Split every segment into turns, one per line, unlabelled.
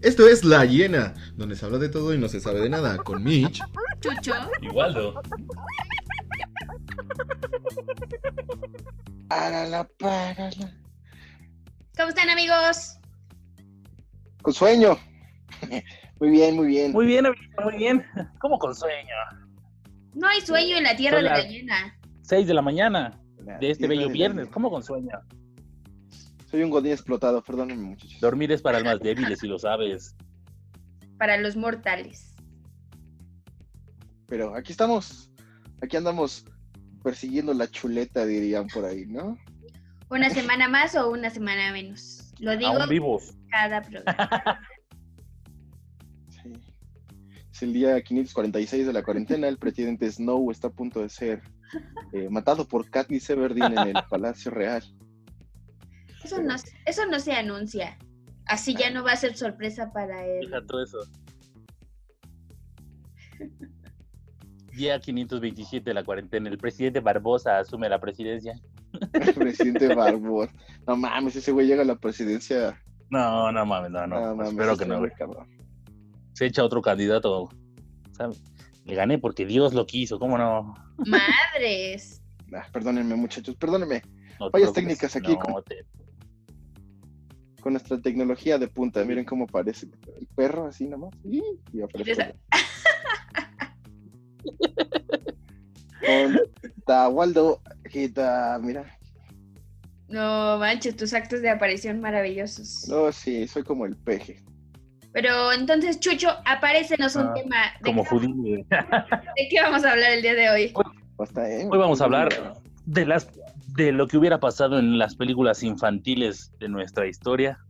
Esto es La Hiena, donde se habla de todo y no se sabe de nada, con Mitch,
Chucho,
Igualdo.
Párala, párala.
¿cómo están amigos?
Con sueño. Muy bien, muy bien.
Muy bien, amigo, muy bien.
¿Cómo con sueño?
No hay sueño en la tierra de
Hola.
la hiena.
6 de la mañana de este
Tierra
bello
la
viernes.
Hiena.
¿Cómo con sueño?
Soy un godín explotado, perdónenme, muchachos.
Dormir es para almas débiles, si lo sabes.
para los mortales.
Pero aquí estamos. Aquí andamos persiguiendo la chuleta, dirían por ahí, ¿no?
Una semana más o una semana menos. Lo digo
Aún vivos.
cada programa.
Sí. Es el día 546 de la cuarentena. El presidente Snow está a punto de ser eh, matado por Katniss Everdeen en el Palacio Real.
Eso no, eso no se anuncia. Así ya no va a ser sorpresa para él.
Deja todo eso. Día 527 de la cuarentena. El presidente Barbosa asume la presidencia.
El presidente Barbosa. No mames, ese güey llega a la presidencia.
No, no mames, no, no.
mames,
espero
ese
que no.
güey,
güey.
cabrón.
Se echa otro candidato. ¿sabes? Le gané porque Dios lo quiso, ¿cómo no?
Madres.
Ah, perdónenme, muchachos, perdónenme.
No te
Fallas
preocupes,
técnicas aquí
No,
con-
te-
Con nuestra tecnología de punta, miren cómo aparece el perro así nomás. Y, y aparece. Con Tawaldo, aquí está, mira.
No manches, tus actos de aparición maravillosos.
No, sí, soy como el peje.
Pero entonces, Chucho, aparecenos un
Ah,
tema. ¿De,
Como
qué-
judío. güey.
de qué vamos a hablar el día de hoy?
Basta, ¿eh?
Hoy vamos a hablar de las de lo que hubiera pasado en las películas infantiles de nuestra historia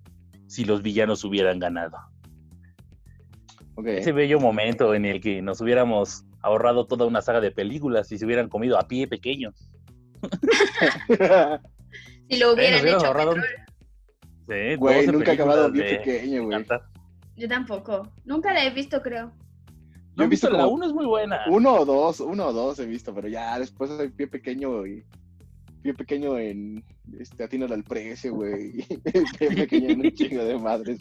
si los villanos hubieran ganado.
Ok.
Ese bello momento en el que nos hubiéramos ahorrado toda una saga de películas y se hubieran comido a pie pequeño.
Si lo
Eh,
hubieran
nos hubiéramos
hecho.
ahorrado-
petróleo.
Sí,
Güey,
12
nunca he acabado bien
películas de
pequeño, güey.
cantar.
Yo tampoco. Nunca la he visto, creo.
No
Yo he visto
la
como
1 es muy buena.
uno o dos, uno o dos he visto, pero ya después soy pie pequeño y pie pequeño en este atínale al precio, güey. pie pequeño en un chingo de madres.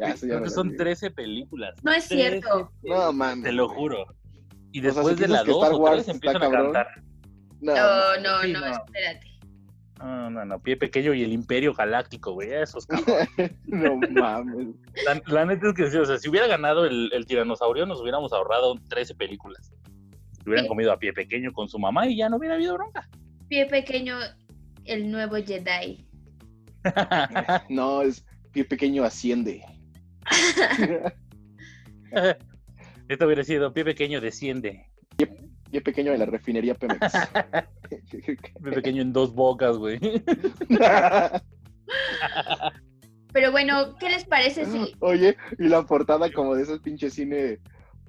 Ya, eso
Creo
ya me
que
lo
son
olvidé.
13 películas.
No es
13,
cierto.
No mames.
Te lo
güey.
juro. Y
O sea,
después
si
de la
piensas que
2
Star
o
Wars
3
está
empiezan a
cabrón.
cantar.
No,
No, no,
sí,
no,
no.
espérate.
No, no, no, pie pequeño y el imperio galáctico, güey. Esos cabrones.
no mames.
La, la neta es que sí, o sea, si hubiera ganado el, el tiranosaurio, nos hubiéramos ahorrado 13 películas. Se hubieran
Sí.
comido a pie pequeño con su mamá y ya no hubiera habido bronca.
Pie pequeño, el nuevo Jedi.
No, es pie pequeño asciende.
Esto hubiera sido pie pequeño desciende.
Pie pequeño de la refinería Pemex.
Pie pequeño en dos bocas, güey.
Pero bueno, ¿qué les parece si
Oye, y la portada como de esos pinches cine,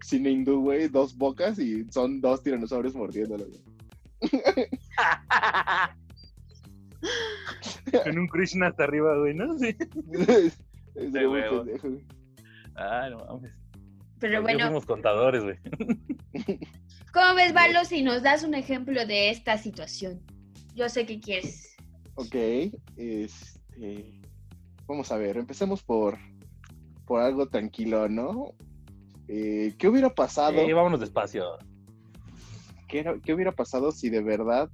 cine hindú, güey, dos bocas y son dos tiranosaurios mordiéndolo. güey.
Con un Krishna hasta arriba, güey, ¿no? Sí.
Es- es
De
muy
huevo.
pendejo.
Ah, no mames.
Pero
Yo
bueno,
fuimos contadores, güey.
¿cómo ves, Valo, si nos das un ejemplo de esta situación? Yo sé que quieres.
Ok, este, vamos a ver, empecemos por, por algo tranquilo, ¿no? Eh, ¿Qué hubiera pasado?
Sí, vámonos despacio.
¿qué, era- qué hubiera pasado si de verdad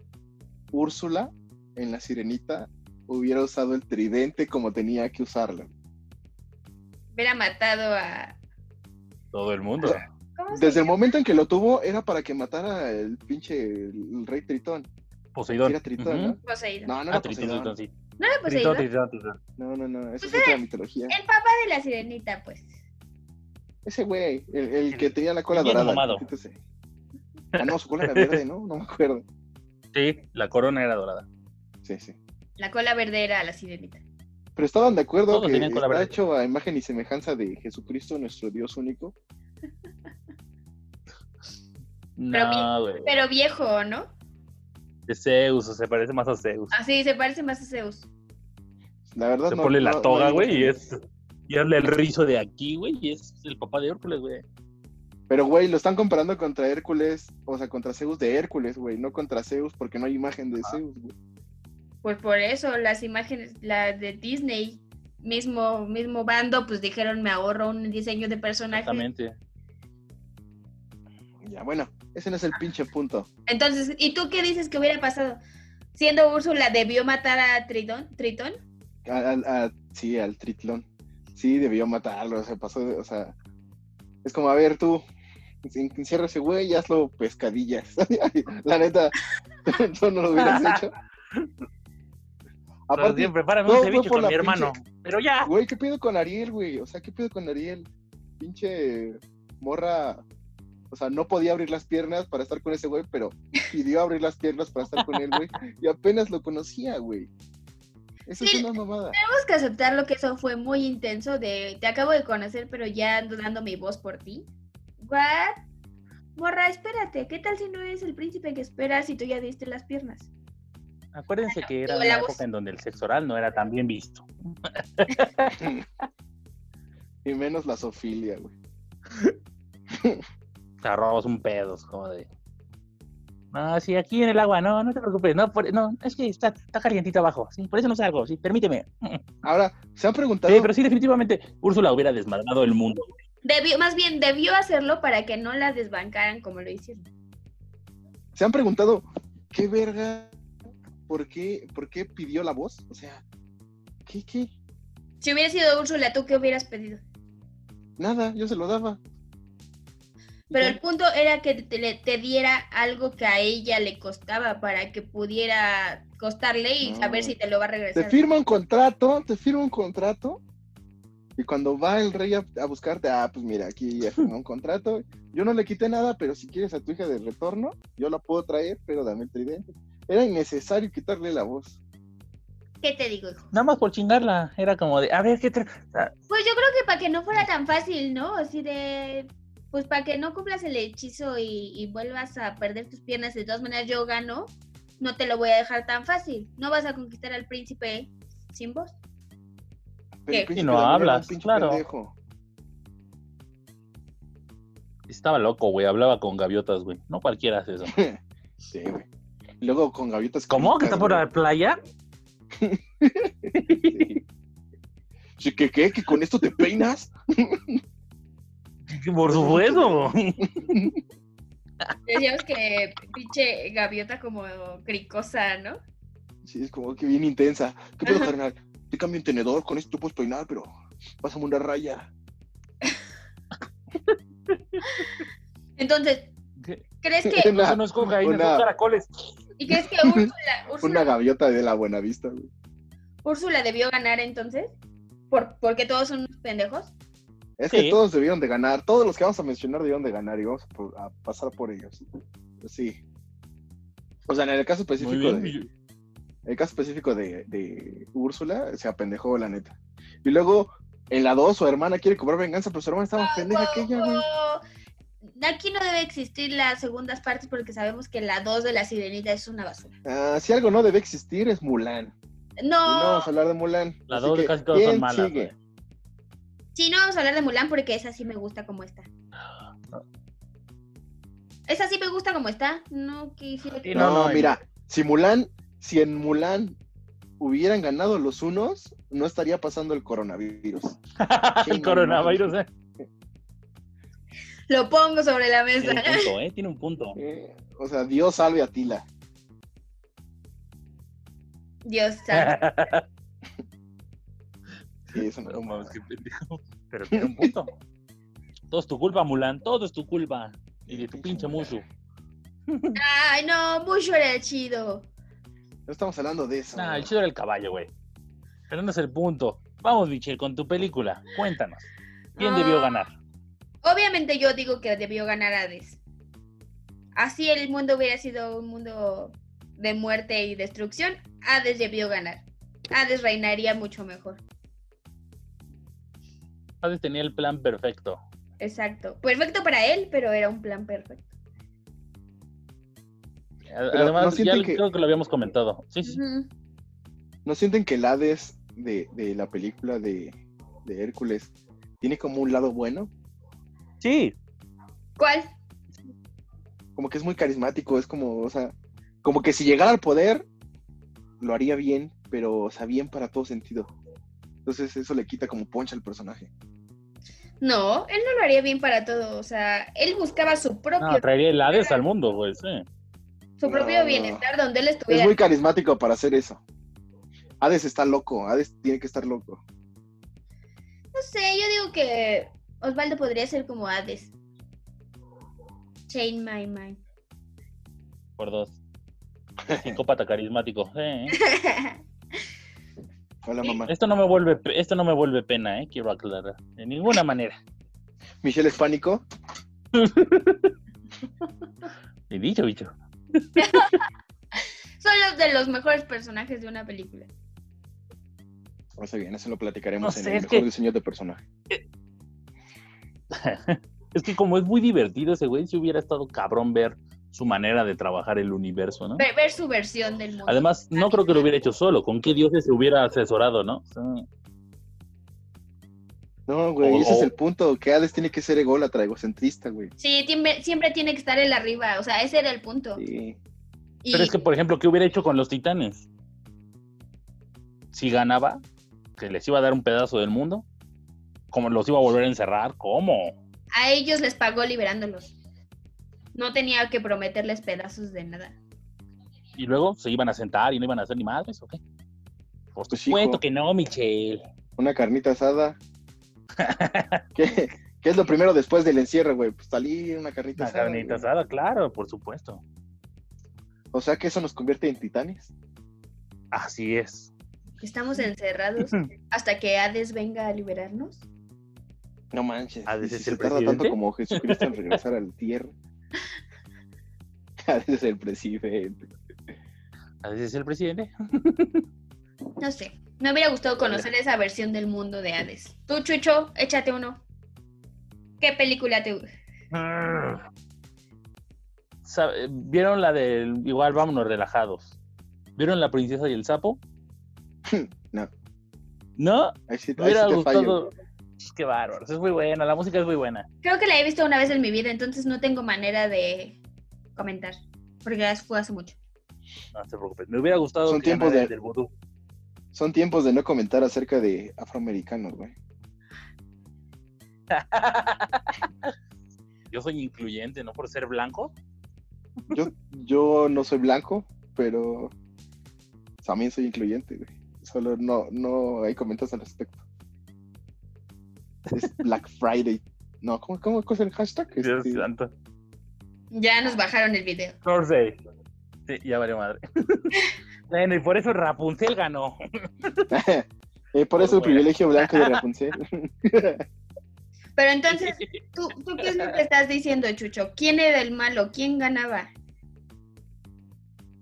Úrsula en la sirenita hubiera usado el tridente como tenía que usarlo?
Hubiera matado a.
Todo el mundo.
¿Cómo se
Desde el
llama?
momento en que lo tuvo era para que matara el pinche el rey Tritón. Sí
Poseidón.
Era Tritón,
Ujú.
Poseído.
¿no? No, no
Ah,
era
Tritón,
Poseidón.
Tritón, sí.
¿No era Poseído?
Tritón, Tritón, Tritón.
No, no, no, eso es otra mitología.
El papá de la sirenita, pues.
Ese güey, el, el que tenía la cola
Bien
dorada.
mamado.
entonces. Ah, no, su cola era verde, ¿no? No me acuerdo.
Sí, la corona era dorada.
Sí, sí.
La cola verde era la sirenita.
Pero estaban de acuerdo
Todos
que
tenían cola
está
verde.
hecho a imagen y semejanza de Jesucristo, nuestro Dios único.
Pero mi-
No, güey.
Pero viejo, ¿no?
De Zeus, o se parece más a Zeus.
Así se parece más a Zeus.
La verdad
Se
no-
pone
no-
la
no
toga,
digo
güey,
que-
y es. Y hazle el rizo de aquí, güey, y es el papá de Hércules, güey.
Pero, güey, lo están comparando contra Hércules, o sea, contra Zeus de Hércules, güey, no contra Zeus, porque no hay imagen de Zeus, güey.
Pues por eso las imágenes, la de Disney. mismo, mismo bando, pues dijeron me ahorro un diseño de personaje.
Exactamente.
Ya, bueno, ese no es el pinche punto.
Entonces, ¿y tú qué dices que hubiera pasado? Siendo Úrsula, ¿debió matar a Tritón? ¿Tritón?
Al- al- a- sí, al tritlón. Sí, debió matarlo, se pasó, de- o sea, es como, a ver, tú, en- encierra ese güey y hazlo pescadillas. La neta, tú no lo hubieras hecho.
Aparte,
Aparte,
prepárame
no,
un
fue
ceviche
por
con
la
mi hermano. Pero ya.
güey, ¿qué pido con Ariel, güey? O sea, ¿qué pido con Ariel? Pinche morra, o sea, no podía abrir las piernas para estar con ese güey, pero pidió abrir las piernas para estar con él, güey, y apenas lo conocía, güey. Eso
Sí,
es una mamada.
Tenemos que aceptar lo que eso fue muy intenso de te acabo de conocer, pero ya ando dando mi voz por ti. ¿What? Morra, espérate, ¿qué tal si no eres el príncipe que esperas y tú ya diste las piernas?
Acuérdense que era
digo,
una
la voz-
época en donde el sexo oral no era tan bien visto.
Y menos la sofilia, güey.
Carros un pedo, es como de. No, sí, aquí en el agua, no, no te preocupes. No, por- no es que está, está calientito abajo. Sí, por eso no salgo. Sí, permíteme. Sí,
Ahora, ¿se han preguntado?
pero sí, definitivamente Úrsula hubiera desmadrado el mundo.
Debió, más bien, debió hacerlo para que no la desbancaran como lo hicieron.
¿Se han preguntado qué verga? ¿Por qué, por qué pidió la voz? O sea, ¿qué, qué?
Si hubiera sido Úrsula, ¿tú qué hubieras pedido?
Nada, yo se lo daba.
Pero
Ya.
el punto era que te, le- te diera algo que a ella le costaba para que pudiera costarle y
No.
saber si te lo va a
Te
regresar.
firma un contrato, te firma un contrato. Y cuando va el rey a, a buscarte, ah, pues mira, aquí ya firmó un contrato. Yo no le quité nada, pero si quieres a tu hija de retorno, yo la puedo traer, pero dame el tridente. Era innecesario quitarle la voz.
¿Qué te digo, hijo?
Nada más por chingarla. Era como de, a ver, ¿qué tra-
Pues yo creo que para que no fuera tan fácil, ¿no? Así de. Pues para que no cumplas el hechizo y, y vuelvas a perder tus piernas, de todas maneras yo gano, no te lo voy a dejar tan fácil. No vas a conquistar al príncipe sin voz.
Pero el
¿Qué?
príncipe
Y no
Daniel era un
hablas,
pinche
claro.
pendejo.
Estaba loco, güey. Hablaba con gaviotas, güey. No cualquiera hace eso.
Sí, güey. Luego con gaviotas.
¿Cómo? ¿Que
cónicas,
está por
güey.
la playa?
Sí, ¿Que qué? ¿Que con esto te peinas?
Por supuesto.
Decíamos que pinche gaviota como cricosa, ¿no?
Sí, es como que bien intensa. ¿Qué pedo, carnal? Te cambio un tenedor, con esto te puedes peinar, pero vas a una raya.
Entonces, ¿crees que
Eso
Una,
no es cocaína,
Una-
son caracoles.
¿Y crees que Úrsula,
una
Úrsula,
gaviota de la Buenavista, güey.
Úrsula debió ganar entonces? ¿Por, ¿Porque todos son unos pendejos?
Es
Sí.
que todos debieron de ganar. Todos los que vamos a mencionar debieron de ganar y vamos a, por- a pasar por ellos. Pues Sí. O sea, en el caso específico de... el caso específico de, de Úrsula se apendejó, la neta. Y luego, en la 2, su hermana quiere cobrar venganza, pero su hermana está más pendeja que ella, güey.
O- Aquí no debe existir las segundas partes porque sabemos que la 2 de la sirenita es una basura.
Ah, si algo no debe existir es Mulan. Y no
No,
vamos a hablar de Mulan.
Las
Así
dos
que,
casi todas son
¿quién
malas,
sigue?
sí, no vamos a hablar de Mulan porque esa sí me gusta como está. Esa sí me gusta como está. No quisiera que-
Sí,
No,
no, no,
mira, si Mulan, si en Mulan hubieran ganado los unos, no estaría pasando el coronavirus. Ah,
el coronavirus, ¿eh?
Lo pongo sobre la
Tiene
mesa.
un punto, ¿eh? Tiene un punto.
Eh, o sea, Dios salve a Tila.
Dios santo.
Sí, es una
No mames,
mamada.
qué pendejo. Pero tiene un punto. Todo es tu culpa, Mulan. Todo es tu culpa. Y de tu pinche musu.
Ay, no, mucho era chido.
No estamos hablando de eso.
Nah,
güey.
el chido era el caballo, güey. Pero no es el punto. Vamos, Michelle, con tu película. Cuéntanos. ¿Quién debió
Ah.
ganar?
Obviamente yo digo que debió ganar Hades. Así el mundo hubiera sido un mundo de muerte y destrucción, Hades debió ganar. Hades reinaría mucho mejor.
Hades tenía el plan perfecto.
Exacto. Perfecto para él, pero era un plan perfecto.
Ad-
Pero, ¿no
Además, ya
sienten
lo-
que-
creo que lo habíamos comentado. Sí, sí.
Ujú.
¿No sienten que el Hades de, de la película de, de Hércules tiene como un lado bueno?
Sí.
¿Cuál?
Como que es muy carismático, es como, o sea, como que si llegara al poder, lo haría bien, pero, o sea, bien para todo sentido. Entonces eso le quita como poncha al personaje.
No, él no lo haría bien para todo. O sea, él buscaba su propio,
No, traería el Hades al mundo, pues, sí.
su propio
No.
bienestar donde él estuviera.
Es muy carismático para hacer eso. Hades está loco, Hades tiene que estar loco.
No sé, yo digo que Osvaldo podría ser como Hades. Chain my mind.
Por dos. Psicópata carismático. eh.
Hola mamá.
Esto no me vuelve, pe- esto no me vuelve pena, eh, quiero aclarar. De ninguna manera.
Michelle es pánico.
Y dicho, bicho.
Son los de los mejores personajes de una película.
No sé bien, eso lo platicaremos
No
en
sé,
el
es
mejor
que-
diseño de personaje.
Es que como es muy divertido ese güey, si hubiera estado cabrón ver su manera de trabajar el universo, ¿no?
Ver, ver su versión del mundo.
Además, no creo que lo hubiera hecho solo. ¿Con qué dioses se hubiera asesorado, no? O sea,
No, güey,
O-
ese es
o-
el punto, que Hades tiene que ser ególatra, egocentrista, güey.
Sí, tiembe- siempre tiene que estar el arriba. O sea, ese era el punto.
Sí.
Y-
Pero es que, por ejemplo, ¿qué hubiera hecho con los titanes? Si ganaba, que les iba a dar un pedazo del mundo, ¿cómo los iba a volver a encerrar? ¿Cómo?
a ellos les pagó liberándolos. No tenía que prometerles pedazos de nada.
Y luego se iban a sentar y no iban a hacer ni madres, ¿o qué? Por
Pues,
supuesto
hijo.
que no, Michelle.
Una carnita asada. ¿Qué, qué es lo primero después del encierro, güey? Pues salir, una carnita
La
asada.
carnita
güey.
asada, claro, por supuesto.
O sea que eso nos convierte en titanes.
Así es.
Estamos
Pues,
encerrados hasta que Hades venga a liberarnos.
No manches.
¿Hades
y
es
si
el
se tarda tanto
presidente?
como Jesucristo en regresar al tierra. Hades es el presidente.
Así es el presidente.
No sé. Me hubiera gustado conocer esa versión del mundo de Hades. Tú, Chucho, échate uno. ¿Qué película te
Sabe- ¿Vieron la del... Igual vámonos relajados. ¿Vieron la princesa y el sapo?
No.
¿No?
Ahí sí,
Me
ahí sí
hubiera
te fallo.
gustado. Qué bárbaro. Es muy buena. La música es muy buena.
Creo que la he visto una vez en mi vida, entonces no tengo manera de comentar. Porque ya fue hace mucho.
No se preocupen. Me hubiera gustado.
Son
que
tiempos
ganara
de-
el del vudú.
Son tiempos de no comentar acerca de afroamericanos, güey.
Yo soy incluyente, ¿no? Por ser blanco.
Yo, yo no soy blanco, pero también soy incluyente, güey. Solo no, no hay comentarios al respecto. Es Black Friday. No, ¿cómo, cómo es el hashtag?
Dios
Este,
santo.
Ya nos bajaron el video.
Thursday. Sí, ya valió madre. bueno, y por eso Rapunzel ganó.
Eh, por eso
Pues
el
Bueno.
privilegio blanco de Rapunzel.
Pero entonces, ¿tú, tú qué es lo que estás diciendo, Chucho? ¿Quién era el malo? ¿Quién ganaba?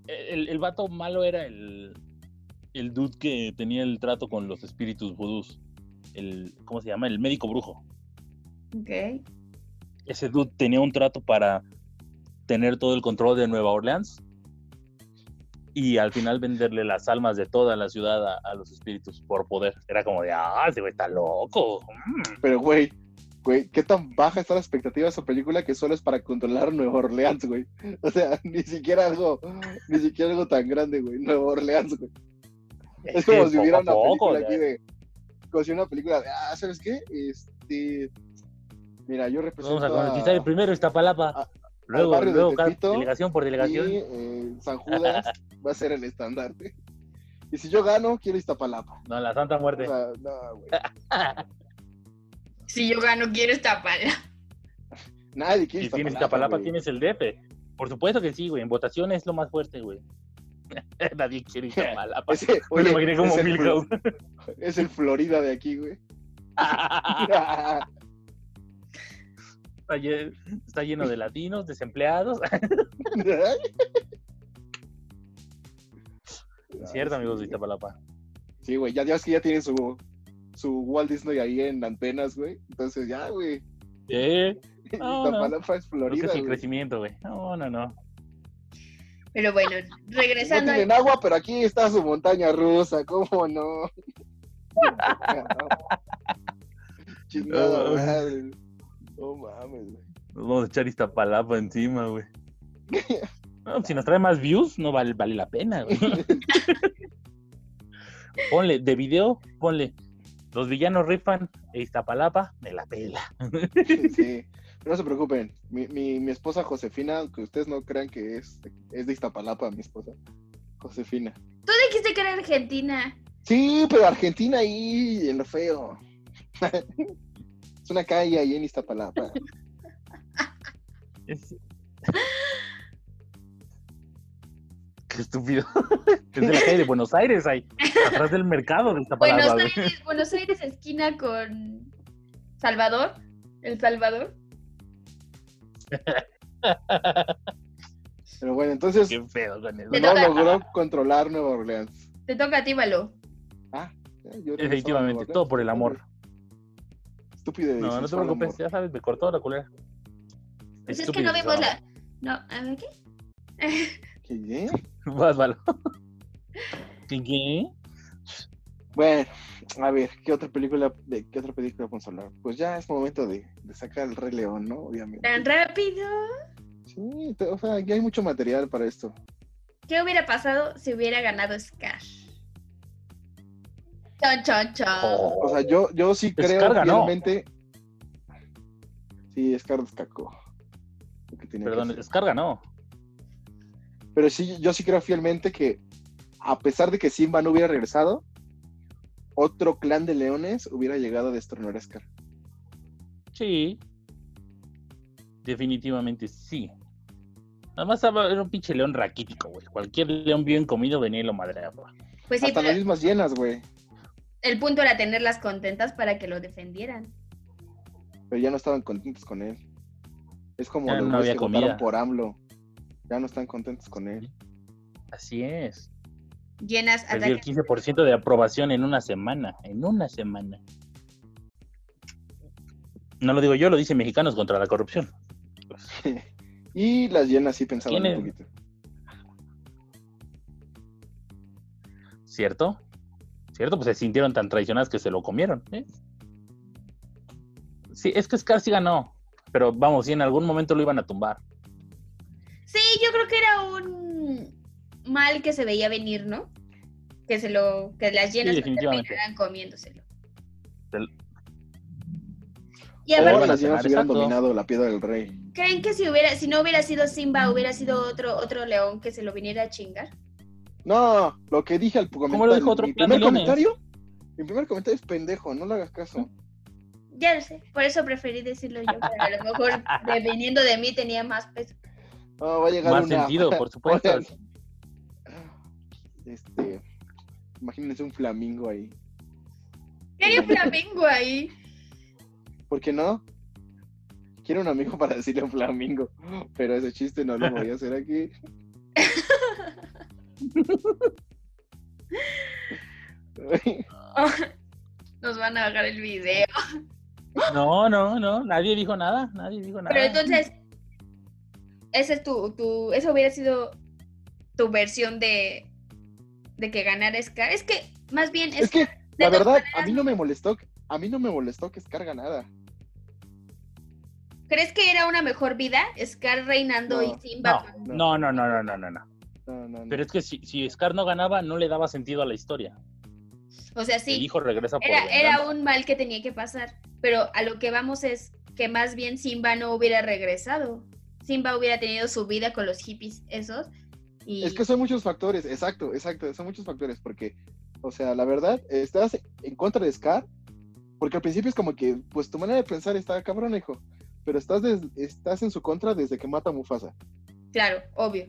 El, el vato malo era el, el dude que tenía el trato con los espíritus vudús. El, ¿Cómo se llama? El médico brujo.
Ok.
Ese dude tenía un trato para tener todo el control de Nueva Orleans y al final venderle las almas de toda la ciudad a, a los espíritus por poder. Era como de, ah, ese güey está loco. Mm.
Pero, güey, güey, ¿qué tan baja está la expectativa de esa película que solo es para controlar Nueva Orleans, güey? O sea, ni siquiera algo, ni siquiera algo tan grande, güey. Nueva Orleans, güey. Es como
que
si hubiera una
poco a poco,
película
ya-
aquí de. Como si una película de. Ah, ¿sabes qué? Este. Mira, yo represento.
Vamos a conquistar el primero Iztapalapa,
Pues a-
luego,
barrio de
luego cada
Tepito
delegación por
y,
delegación.
eh, San Judas va a ser el estandarte. Y si yo gano, quiero Iztapalapa.
No, la Santa
O
Muerte.
sea, no, güey.
Si yo gano, quiero esta pala.
Nadie quiere
Y tienes Iztapalapa,
Iztapalapa. güey.
tienes el DF. Por supuesto que sí, güey. En votación es lo más fuerte, güey. Nadie quiere Iztapalapa.
Ese-
Hoy
oye,
lo imaginé como
es el
Milhouse.
Es el Florida de aquí, güey.
Está lle- Está lleno de latinos, desempleados. Cierto, amigos de Iztapalapa.
Sí, güey, ya, ya es que ya tiene su, su Walt Disney ahí en antenas, güey. Entonces ya, güey.
Eh, Ah,
Iztapalapa es
creo que
Florida,
es el
güey.
crecimiento, güey. No, no, no.
Pero bueno,
No
regresando. al-
tienen agua, pero aquí está su montaña rusa, ¿cómo no? Chingada
No,
madre. No mames, güey.
Nos vamos a echar Iztapalapa encima, güey. No, si nos trae más views, no vale, vale la pena, güey. Ponle, de video, ponle Los villanos rifan e Iztapalapa me la pela.
Sí, pero no se preocupen. Mi, mi, mi esposa Josefina, que ustedes no crean que es, es de Iztapalapa, mi esposa. Josefina.
Tú dijiste que era argentina.
Sí, pero Argentina ahí, en lo feo. es una calle ahí en Iztapalapa.
Es- Qué estúpido. Es de la calle de Buenos Aires, ahí. Atrás del mercado de Iztapalapa.
Buenos
güey.
Aires, Buenos Aires esquina con Salvador, El Salvador.
Pero bueno, entonces
Qué feo con eso.
Te
no
toca.
logró controlar Nueva Orleans.
Te toca a ti, Valo.
Ah, yo regresaba a Nueva
Efectivamente,
Orleans.
todo por el amor.
Estúpido. de
No, no te
sensual
preocupes,
amor.
ya sabes, me cortó la culera.
Pues es que no vimos la. No, a ver qué.
Qué bien.
Vas, Valo. ¿Qué?
Bueno, a ver, ¿qué otra película de qué otra película podemos hablar? Pues ya es momento de, de sacar el Rey León, ¿no? Obviamente.
Tan rápido.
Sí, te- o sea, ya hay mucho material para esto.
¿Qué hubiera pasado si hubiera ganado Scar? Chon, chon, chon.
O
Oh,
sea, yo, yo sí creo
Descarga, ¿no?
fielmente- Sí, Scar descacó. lo que tenía que
Perdón,
hacer.
descarga, no.
Pero sí, yo sí creo fielmente que a pesar de que Simba no hubiera regresado, otro clan de leones hubiera llegado a destronar a Scar.
Sí. Definitivamente sí. Además estaba- era un pinche león raquítico, güey. Cualquier león bien comido venía y lo madreaba.
Pues sí,
Hasta las
pero
mismas llenas, güey.
el punto era tenerlas contentas para que lo defendieran.
pero ya no estaban contentos con él. Es como
Ya
los
no
güeyes
había
que votaron
comida.
por AMLO. Ya no están contentos con él.
Así es.
Llenas
Perdió el
ataques.
15% de aprobación en una semana. En una semana. No lo digo yo, lo dice Mexicanos contra la corrupción.
y las llenas sí pensaban
¿Quién
un
es?
poquito.
¿Cierto? ¿Cierto? Pues se sintieron tan traicionadas que se lo comieron. ¿eh? Sí, es que Scar sí ganó. Pero vamos, sí, en algún momento lo iban a tumbar.
Sí, yo creo que era un mal que se veía venir, ¿no? Que se lo, que las llenas
Sí,
no
definitivamente.
terminaran comiéndoselo.
Del-
Y
A ver,
O
aparte,
van a
las llenas
cenar,
hubieran
exacto.
dominado la piedra del rey.
¿creen que si hubiera, si no hubiera sido Simba, hubiera sido otro, otro león que se lo viniera a chingar?
No, lo que dije al comentario.
lo dijo otro
mi
clan de
primer
leones?
comentario, mi primer comentario es pendejo, no le hagas caso.
Ya lo sé, por eso preferí decirlo yo, pero a lo mejor dependiendo de mí tenía más peso.
No, va a llegar
Más
una.
sentido, por supuesto.
Oigan. Este, imagínense un flamingo ahí.
¿Qué hay un flamingo ahí?
¿Por qué no? Quiero un amigo para decirle un flamingo, pero ese chiste no lo voy a hacer aquí.
Nos van a bajar el video.
No, no, no, nadie dijo nada, nadie dijo nada.
Pero entonces, ese es tu, tu, eso hubiera sido tu versión de, de que ganara Scar. Es que, más bien,
es
es,
que,
de
la
todas
verdad, a
maneras-
mí no me molestó, a mí no me molestó que Scar nada.
¿crees que era una mejor vida? Scar reinando
No,
y Simba.
no,
con-
no, no, no, no, no, no, no.
No, no, no.
Pero es que si, si Scar no ganaba, no le daba sentido a la historia.
O sea,
El
sí,
hijo regresa por
era, era
venganza.
un mal que tenía que pasar. Pero a lo que vamos es que más bien Simba no hubiera regresado. Simba hubiera tenido su vida con los hippies esos. Y
Es que son muchos factores, exacto, exacto, son muchos factores, porque, o sea, la verdad, estás en contra de Scar, porque al principio es como que, pues tu manera de pensar está cabrón, hijo, pero estás, des- estás en su contra desde que mata a Mufasa.
claro, obvio.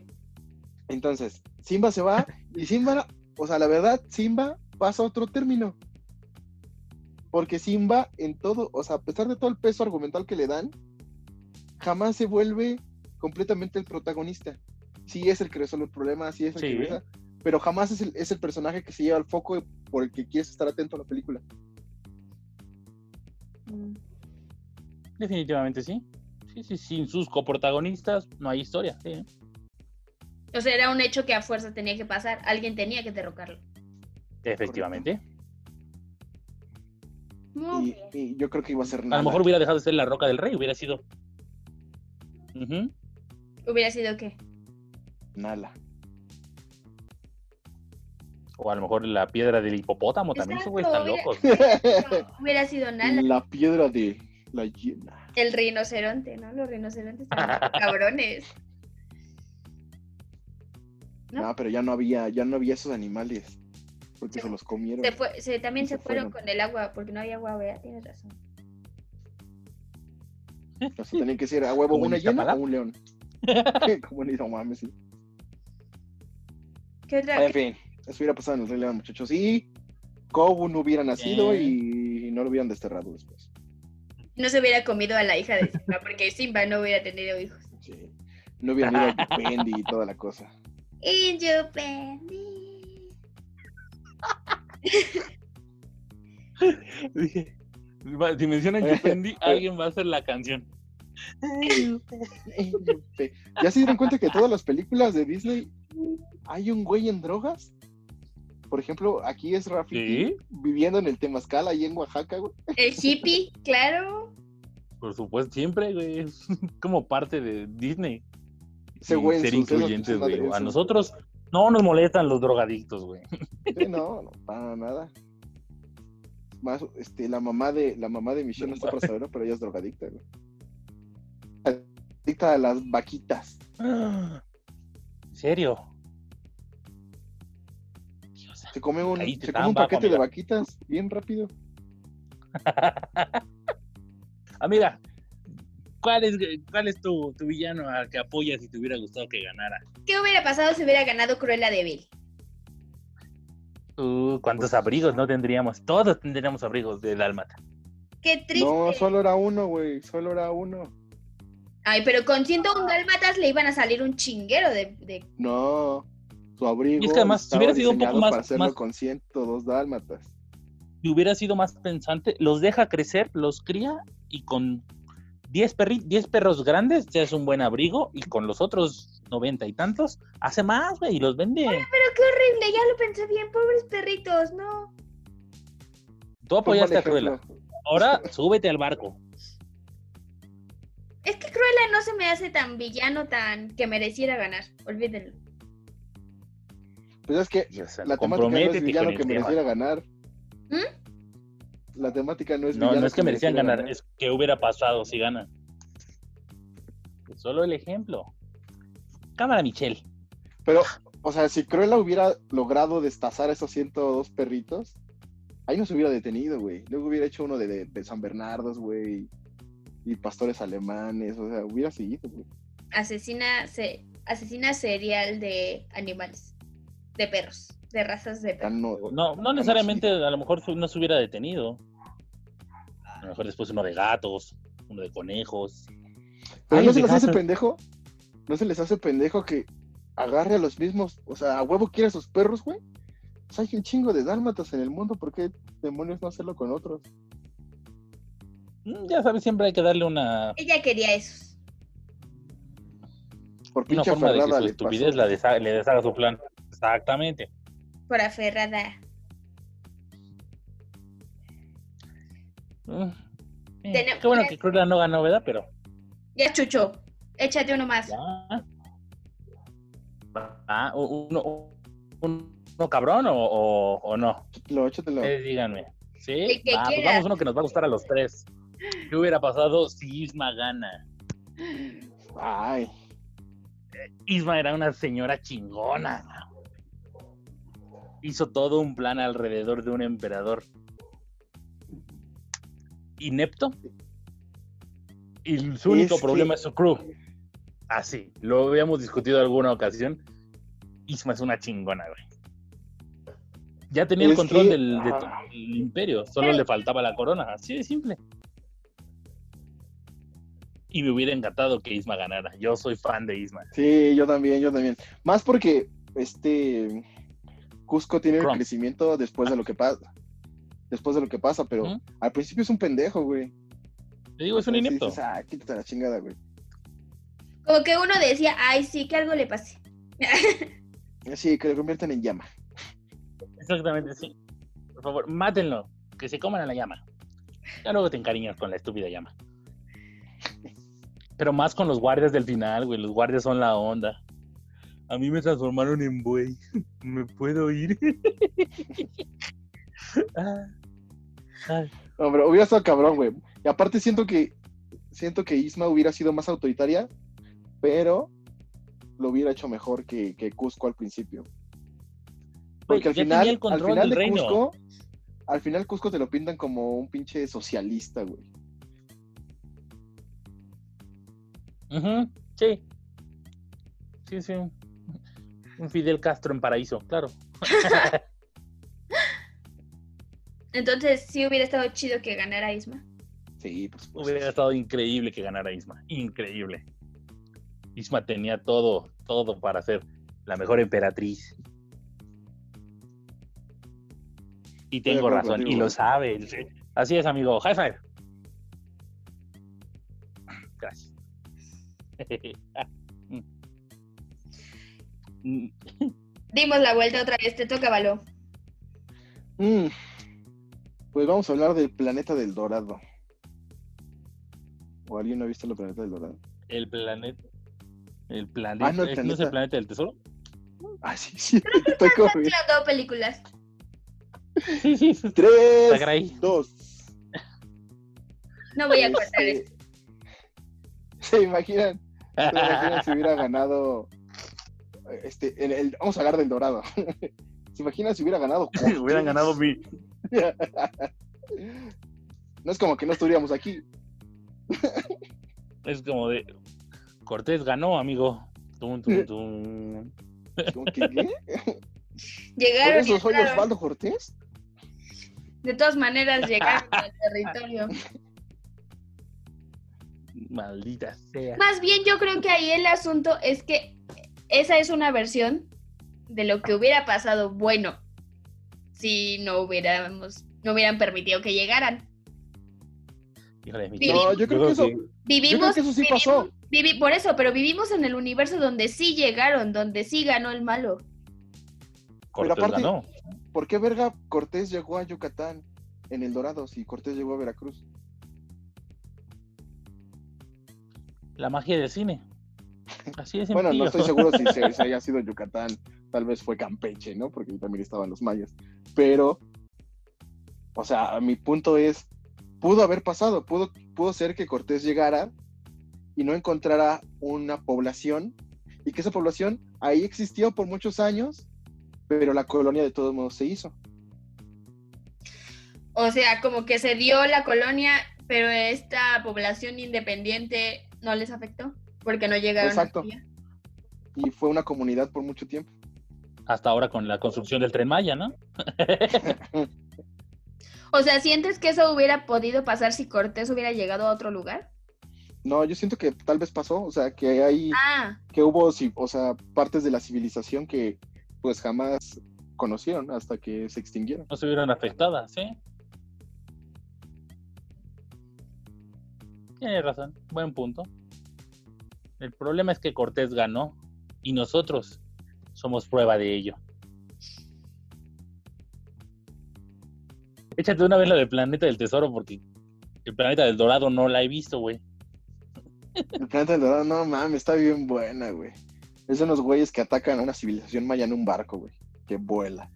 Entonces, Simba se va, y Simba, o sea, la verdad, Simba pasa a otro término. Porque Simba, en todo, o sea, a pesar de todo el peso argumental que le dan, jamás se vuelve completamente el protagonista. Sí es el que resuelve el problema, sí es el que
Sí.
regresa, pero jamás es el, es el personaje que se lleva el foco por el que quieres estar atento a la película.
Mm.
Definitivamente sí. Sí, sí, sin sus coprotagonistas no hay historia. sí, ¿eh?
O sea, era un hecho que a fuerza tenía que pasar. Alguien tenía que derrocarlo.
Efectivamente.
Muy
Y,
bien.
y yo creo que iba a ser
A
nada.
lo mejor hubiera dejado de ser la roca del rey, hubiera sido. Ujú.
¿Hubiera sido qué?
Nala.
O a lo mejor la piedra del hipopótamo también. Esos güeyes están
Exacto,
locos.
No, hubiera sido nada.
La piedra de la hiena.
El rinoceronte, ¿no? Los rinocerontes son cabrones. ¿No?
No, pero ya no había, ya no había esos animales. Porque
Sí.
se los comieron.
Se fue- se- también se,
Se
fueron,
fueron.
con el agua, porque no había agua, vea, tienes razón.
O sea, tenían que ser a huevo
Como en
una hiena
Iztapalapa.
o un león. Como ni no mames, sí.
¿Qué otra?
En fin, eso hubiera pasado en el Rey León, muchachos. Y Kobu no hubiera nacido
Eh.
y no lo hubieran desterrado después.
No se hubiera comido a la hija de Simba, porque Simba no hubiera tenido hijos.
Sí. No hubieran ido a Yupendi y toda la cosa.
In Yupendi.
Dije, va- si mencionan Yupendi, alguien va a hacer la canción.
¿Ya se dieron cuenta que todas las películas de Disney hay un güey en drogas? Por ejemplo, aquí es Rafi
Sí.
viviendo en el Temazcal, ahí en Oaxaca, güey.
El hippie, claro.
Por supuesto, siempre, güey. Es como parte de Disney.
Ese
Y
güey en
ser
sus-
incluyentes,
esas
güey.
madres,
A
sus-
nosotros no nos molestan los drogadictos, güey.
Sí, no, no, para nada. Más, este, la mamá de, la mamá de Michelle no está para saberlo, pero ella es drogadicta, güey. Adicta a las vaquitas.
Ah, ¿En serio? Dios.
Se come un,
Ahí te
se come un
dan vaca,
paquete de
amiga.
vaquitas bien rápido.
Ah, mira. ¿Cuál es, cuál es tu, tu villano al que apoyas y te hubiera gustado que ganara?
¿Qué hubiera pasado si hubiera ganado Cruella de Vil?
Uh, ¿Cuántos abrigos no tendríamos? Todos tendríamos abrigos de Dálmata.
Qué triste.
No, solo era uno, güey. Solo era uno.
Ay, pero con 101 dálmatas le iban a salir un chinguero de, de-
No. Su abrigo.
Y es que además, si
estaba
hubiera sido un
diseñado
poco más-
Para hacerlo
más-
con 102 dálmatas.
Si hubiera sido más pensante, los deja crecer, los cría y con 10, perri 10 perros grandes ya es un buen abrigo y con los otros 90 y tantos hace más, güey, y los vende.
Pero qué horrible, ya lo pensé bien, pobres perritos, no.
Tú
Fue un
apoyaste a
buen Pues ejemplo.
Cruella. Ahora súbete al barco.
Es que Cruella no se me hace tan villano, tan que mereciera ganar, olvídenlo.
Pues es que
Ya sé,
la temática no es
comprométete
villano
con el
que
tema.
mereciera ganar. La temática no es
No,
villano
no es que merecían
mereciera
ganar, es que hubiera pasado si ganan. Es Solo el ejemplo. Cámara Michelle.
Pero, o sea, si Cruella hubiera logrado destazar a esos 102 perritos, ahí no se hubiera detenido, güey. Luego hubiera hecho uno de, de- de San Bernardos, güey. Y pastores alemanes, o sea, hubiera seguido, güey.
Asesina, se, asesina serial de animales, de perros, de razas de perros.
Tan no-
No, no
tan
necesariamente, a lo mejor su- no se hubiera detenido. A lo mejor después uno de gatos, uno de conejos.
así. Pero
Ay,
Ah, no se les
dejaste-
hace pendejo. No se les hace pendejo que agarre a los mismos. O sea, a huevo quiere a sus perros, güey. O sea, hay un chingo de dálmatas en el mundo. ¿Por qué demonios no hacerlo con otros?
Mm, Ya sabes, siempre hay que darle una,
Ella quería esos.
Por
una
pinche
forma de que su
aferrada le pasó.
estupidez la desha- le deshaga su plan. Exactamente.
Por aferrada.
Mm. Eh,
Tenemos-
Qué bueno que Cruella no ganó, ¿verdad? Pero
Ya, Chucho, échate uno más.
ya. Ah, uno, uno, uno cabrón o- o- o no?
Lo, échatelo.
Ustedes díganme. ¿Sí?
El que
Va, pues
quiera.
vamos uno que nos va a gustar a los tres. ¿Qué hubiera pasado si Isma gana?
Ay.
Isma era una señora chingona. Hizo todo un plan alrededor de un emperador. Inepto. Y su único
Es que-
problema es su crew. Así, lo habíamos discutido alguna ocasión. Isma es una chingona, güey. Ya tenía el
Es
control
que-
del, de todo el imperio, solo le faltaba la corona, así de simple. Y me hubiera encantado que Isma ganara. Yo soy fan de Isma.
Sí, yo también, yo también. Más porque este Cusco tiene el
Chrome.
crecimiento después de lo que pasa. Después de lo que pasa, pero
Ujú.
al principio es un pendejo, güey.
Te digo, es un
Sí,
inepto.
dices, ah, quítate la chingada, güey.
Como que uno decía, ay, sí, que algo le pase.
Sí, que lo conviertan en llama.
Exactamente, sí. Por favor, mátenlo. Que se coman a la llama. Ya luego te encariñas con la estúpida llama. Pero más con los guardias del final, güey. Los guardias son la onda. A mí me transformaron en buey. ¿Me puedo ir? Ah, ay.
No, pero hubiera estado cabrón, güey. Y aparte siento que siento que Isma hubiera sido más autoritaria, pero lo hubiera hecho mejor que, que Cusco al principio. Porque al
Pues, ya
final,
tenía el
al
control del
final de
reino.
Cusco, al final Cusco te lo pintan como un pinche socialista, güey.
Ujú, sí. Sí, sí. Un Fidel Castro en paraíso, claro.
Entonces sí hubiera estado chido que ganara Isma.
Sí, pues, pues,
Hubiera estado increíble que ganara Isma. Increíble. Isma tenía todo, todo para ser la mejor emperatriz. Y
Estoy de
tengo
acuerdo
razón, y
contigo.
lo saben. Así es, amigo. High five. Gracias. Mm.
Dimos la vuelta otra vez, te toca Baló.
Mm. Pues vamos a hablar del planeta del dorado. ¿O alguien ha visto el planeta del dorado?
El planeta. El planeta.
Ah, no, el
¿es- ¿No es el
planeta.
planeta del tesoro?
Ah, sí, sí. Estoy como...
Las dos películas.
Sí, sí, sí.
Tres,
caray.
dos.
No voy a cortar
Este,
esto.
¿Se imaginan? ¿Se imaginan si hubiera ganado? Este, el, el- vamos a hablar del dorado. ¿Se imaginan si hubiera ganado? cuatro?
Hubieran ganado mi.
No es como que no estuviéramos aquí.
Es como de. Cortés ganó, amigo. Tum, tum, tum.
Como que, ¿qué? ¿Por
Llegaron y
eso soy
entraron.
Osvaldo Cortés?
De todas maneras llegaron al territorio.
Maldita sea.
Más bien yo creo que ahí el asunto es que esa es una versión de lo que hubiera pasado bueno si no hubiéramos, no hubieran permitido que llegaran.
Híjole, mi
Sí.
chavo.
No, yo creo que eso- Yo creo
Vivimos,
que eso sí
vivimos-
pasó.
vivi- por eso, pero vivimos en el universo donde sí llegaron, donde sí ganó el malo.
Cortés
aparte-
ganó.
¿Por qué verga Cortés llegó a Yucatán en el dorado si Cortés llegó a Veracruz?
La magia del cine. Así es.
Bueno, no estoy seguro si se, se haya sido Yucatán, tal vez fue Campeche, ¿no? Porque ahí también estaban los mayas. Pero, o sea, mi punto es, pudo haber pasado, pudo, pudo ser que Cortés llegara y no encontrara una población y que esa población ahí existió por muchos años, pero la colonia de todos modos se hizo.
O sea, como que se dio la colonia, pero esta población independiente no les afectó porque no llegaron.
Exacto.
aquí.
Y fue una comunidad por mucho tiempo.
Hasta ahora con la construcción del tren Maya, ¿no?
O sea, ¿sientes que eso hubiera podido pasar si Cortés hubiera llegado a otro lugar?
No, yo siento que tal vez pasó, o sea, que hay...
Ah,
que hubo, ci- o sea, partes de la civilización que pues jamás conocieron hasta que se extinguieron.
No se vieron afectadas, ¿sí? Tienes razón. Buen punto. El problema es que Cortés ganó y nosotros somos prueba de ello. Échate una vez la del planeta del tesoro porque el planeta del dorado no la he visto, güey.
El planeta del dorado, no mames, está bien buena, güey. Es de unos güeyes que atacan a una civilización maya en un barco, güey, que vuela.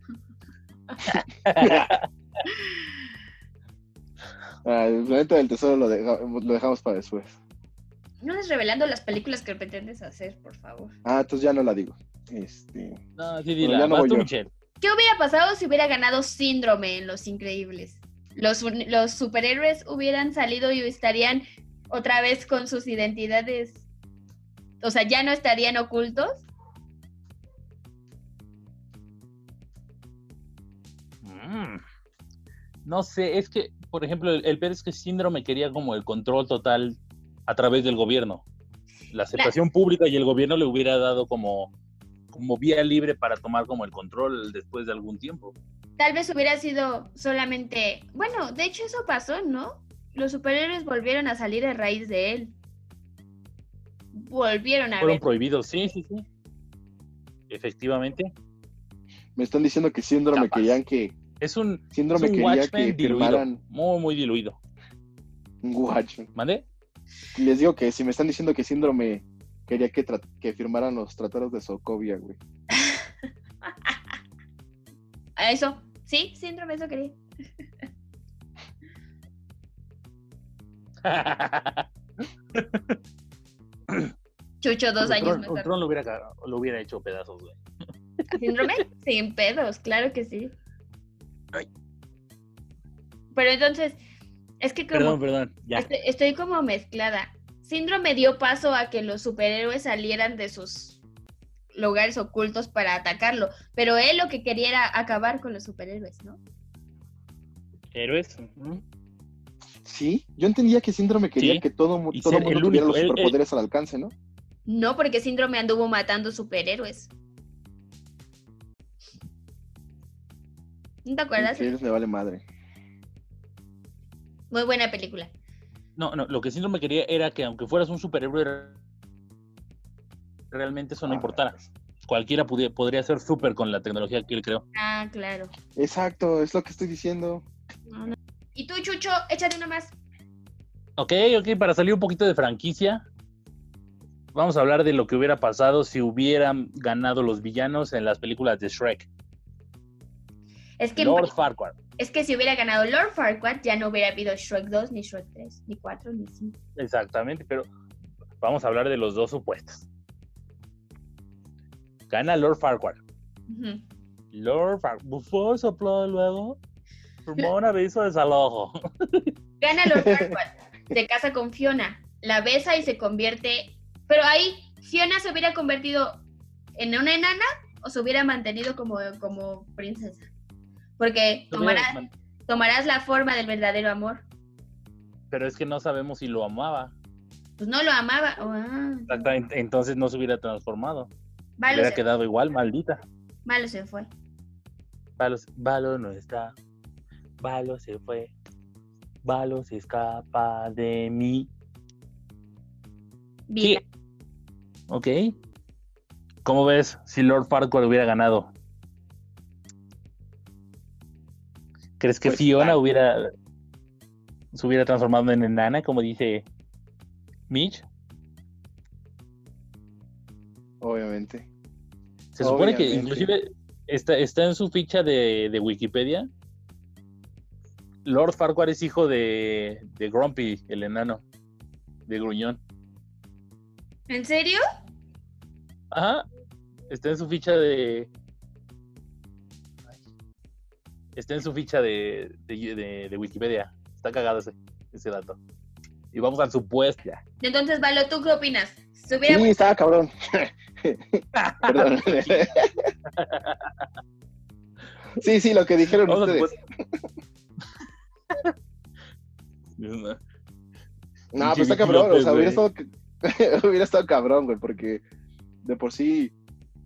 Ah, el planeta del tesoro lo, deja- lo dejamos para después.
no es revelando las películas que pretendes hacer, por favor.
Ah, entonces ya no la digo. Este,
No, sí,
Bueno,
dila.
ya no
Vas
voy
tú,
yo.
Michelle.
¿Qué hubiera pasado si hubiera ganado síndrome en Los Increíbles? Los, un- los superhéroes hubieran salido y estarían otra vez con sus identidades. O sea, ya no estarían ocultos.
Mm. No sé, es que, por ejemplo, el, el peor es que síndrome quería como el control total a través del gobierno. La aceptación pública y el gobierno le hubiera dado como, como vía libre para tomar como el control después de algún tiempo.
Tal vez hubiera sido solamente. Bueno, de hecho, eso pasó, ¿no? Los superhéroes volvieron a salir a raíz de él. Volvieron a
Fueron
ver.
prohibidos, sí, sí, sí. Efectivamente.
me están diciendo que síndrome
Capaz.
querían que
Es un, es
síndrome
un
quería que
Watchmen diluido.
firmaran
Muy, muy diluido.
un Watchmen.
¿Mande?
Les digo que si me están diciendo que síndrome quería que, tra- que firmaran los tratados de Sokovia, güey.
A Eso, sí, síndrome, eso quería. Chucho, dos años
Ultron,
más tarde.
Ultron lo hubiera, ca- lo hubiera hecho pedazos, güey.
¿Síndrome? Sin pedos, claro que sí.
Ay.
Pero entonces, es que como
Perdón, perdón. Ya.
Estoy, estoy como mezclada. Síndrome dio paso a que los superhéroes salieran de sus lugares ocultos para atacarlo, pero él lo que quería era acabar con los superhéroes, ¿no?
Héroes. ujú.
Sí, yo entendía que Síndrome quería
Sí.
que todo, mu-
Y
todo
ser
mundo
el
tuviera
único,
los
él- él-
superpoderes al alcance, ¿no?
No, porque Síndrome anduvo matando superhéroes. ¿No te acuerdas?
Que a ellos le vale madre.
Muy buena película.
No, no, lo que síndrome quería era que aunque fueras un superhéroe, re- realmente eso no
Ah,
importara. Cualquiera pudi- podría ser súper con la tecnología que él creó.
Ah, claro.
Exacto, es lo que estoy diciendo.
No, no. Y tú, Chucho, échate una más.
Ok, ok, para salir un poquito de franquicia, vamos a hablar de lo que hubiera pasado si hubieran ganado los villanos en las películas de Shrek.
Es que,
Lord Farquaad.
es que si hubiera ganado Lord Farquaad, ya no hubiera habido Shrek 2, ni Shrek 3, ni 4, ni 5.
Exactamente, pero vamos a hablar de los dos supuestos. Gana Lord Farquaad.
Ujú.
Lord Farquaad. sopló luego. Formó un aviso de desalojo.
Gana Lord Farquaad, se casa con Fiona, la besa y se convierte. Pero ahí, ¿Fiona se hubiera convertido en una enana o se hubiera mantenido como, como princesa? Porque tomarás, tomarás la forma del verdadero amor.
Pero es que no sabemos si lo amaba.
Pues no lo amaba. Ah,
Exactamente. Entonces no se hubiera transformado.
Valo
hubiera
se,
quedado igual, maldita.
Valo se fue.
Valo, Valo no está. Valo se fue. Valo se escapa de mí.
Vila.
Ok. ¿Cómo ves si Lord Farquaad hubiera ganado? ¿Crees que
Pues,
Fiona
tal.
hubiera se hubiera transformado en enana, como dice Mitch?
Obviamente.
Se supone que
Obviamente.
inclusive está, está en su ficha de, de Wikipedia. Lord Farquaad es hijo de, de Grumpy, el enano, de Gruñón.
¿En serio?
Ajá. Está en su ficha de. Está en su ficha de, de, de- de Wikipedia. Está cagado ese, ese dato. Y vamos al supuesto.
Entonces, Valo, ¿tú qué opinas? Si
Sí,
hubiera-
estaba cabrón. Perdón. sí, sí, lo que dijeron
Vamos al
ustedes.
supuesto. No,
No, pues
Pinche
está cabrón, o
Vicky
sea, hubiera estado,
López,
hubiera estado cabrón, güey, porque de por sí,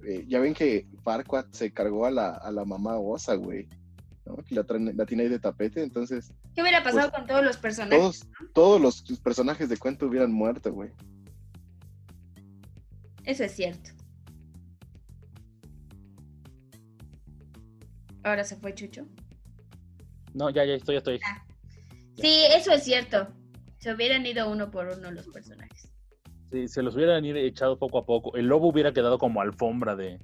eh, ya ven que Farquaad se cargó a la, a la mamá osa, güey, ¿no? Que la, traen- la tiene ahí de tapete, entonces
¿Qué hubiera pasado con todos los personajes?
todos, todos los personajes de cuento hubieran muerto, güey.
Eso es cierto. Ahora se fue Chucho.
No, ya, ya estoy, ya estoy.
Sí, eso es cierto. Se hubieran ido uno por uno los personajes.
Sí, se los hubieran ir echado poco a poco. El lobo hubiera quedado como alfombra de,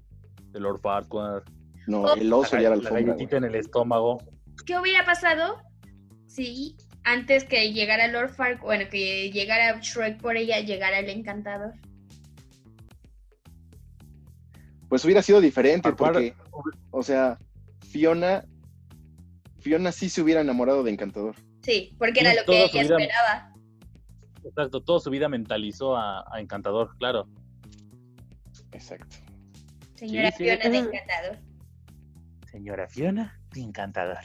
de Lord Farquaad.
No, el oso
La,
ya
la
era alfombra, güey.
galletita en el estómago.
¿Qué hubiera pasado si antes que llegara Lord Farquaad, bueno, que llegara Shrek por ella, llegara el encantador?
Pues hubiera sido diferente,
Farquaad-
porque, o sea, Fiona, Fiona sí se hubiera enamorado de Encantador.
Sí, porque era
No,
lo que
todos
ella
hubieran-
esperaba.
Exacto, toda su vida mentalizó a, a Encantador, claro.
Exacto.
Señora
sí,
Fiona de
eh.
encantador.
Señora Fiona, Encantador.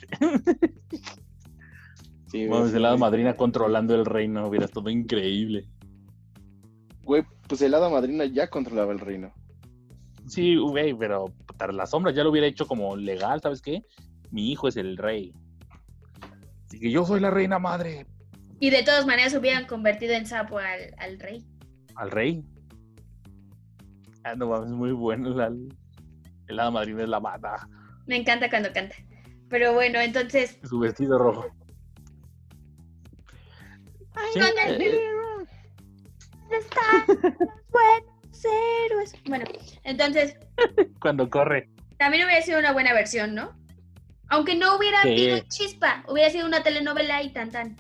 Sí,
Vamos,
güey,
de lado
sí.
madrina controlando el reino, hubiera estado increíble.
Güey, pues el hada madrina ya controlaba el reino.
Sí, güey, pero puta, la sombra ya lo hubiera hecho como legal, ¿sabes qué? Mi hijo es el rey. Así que yo soy la reina madre.
Y de todas maneras hubieran convertido en sapo al, al rey.
¿Al rey? Ah, no mames, muy bueno. La, el hada madrina es la mata.
Me encanta cuando canta. Pero bueno, entonces,
Su vestido rojo. Sí,
Con el-
eh,
están los buenos héroes. Bueno, entonces,
Cuando corre.
también hubiera sido una buena versión, ¿no? Aunque no hubiera
Sí.
habido chispa, hubiera sido una telenovela y tan tan.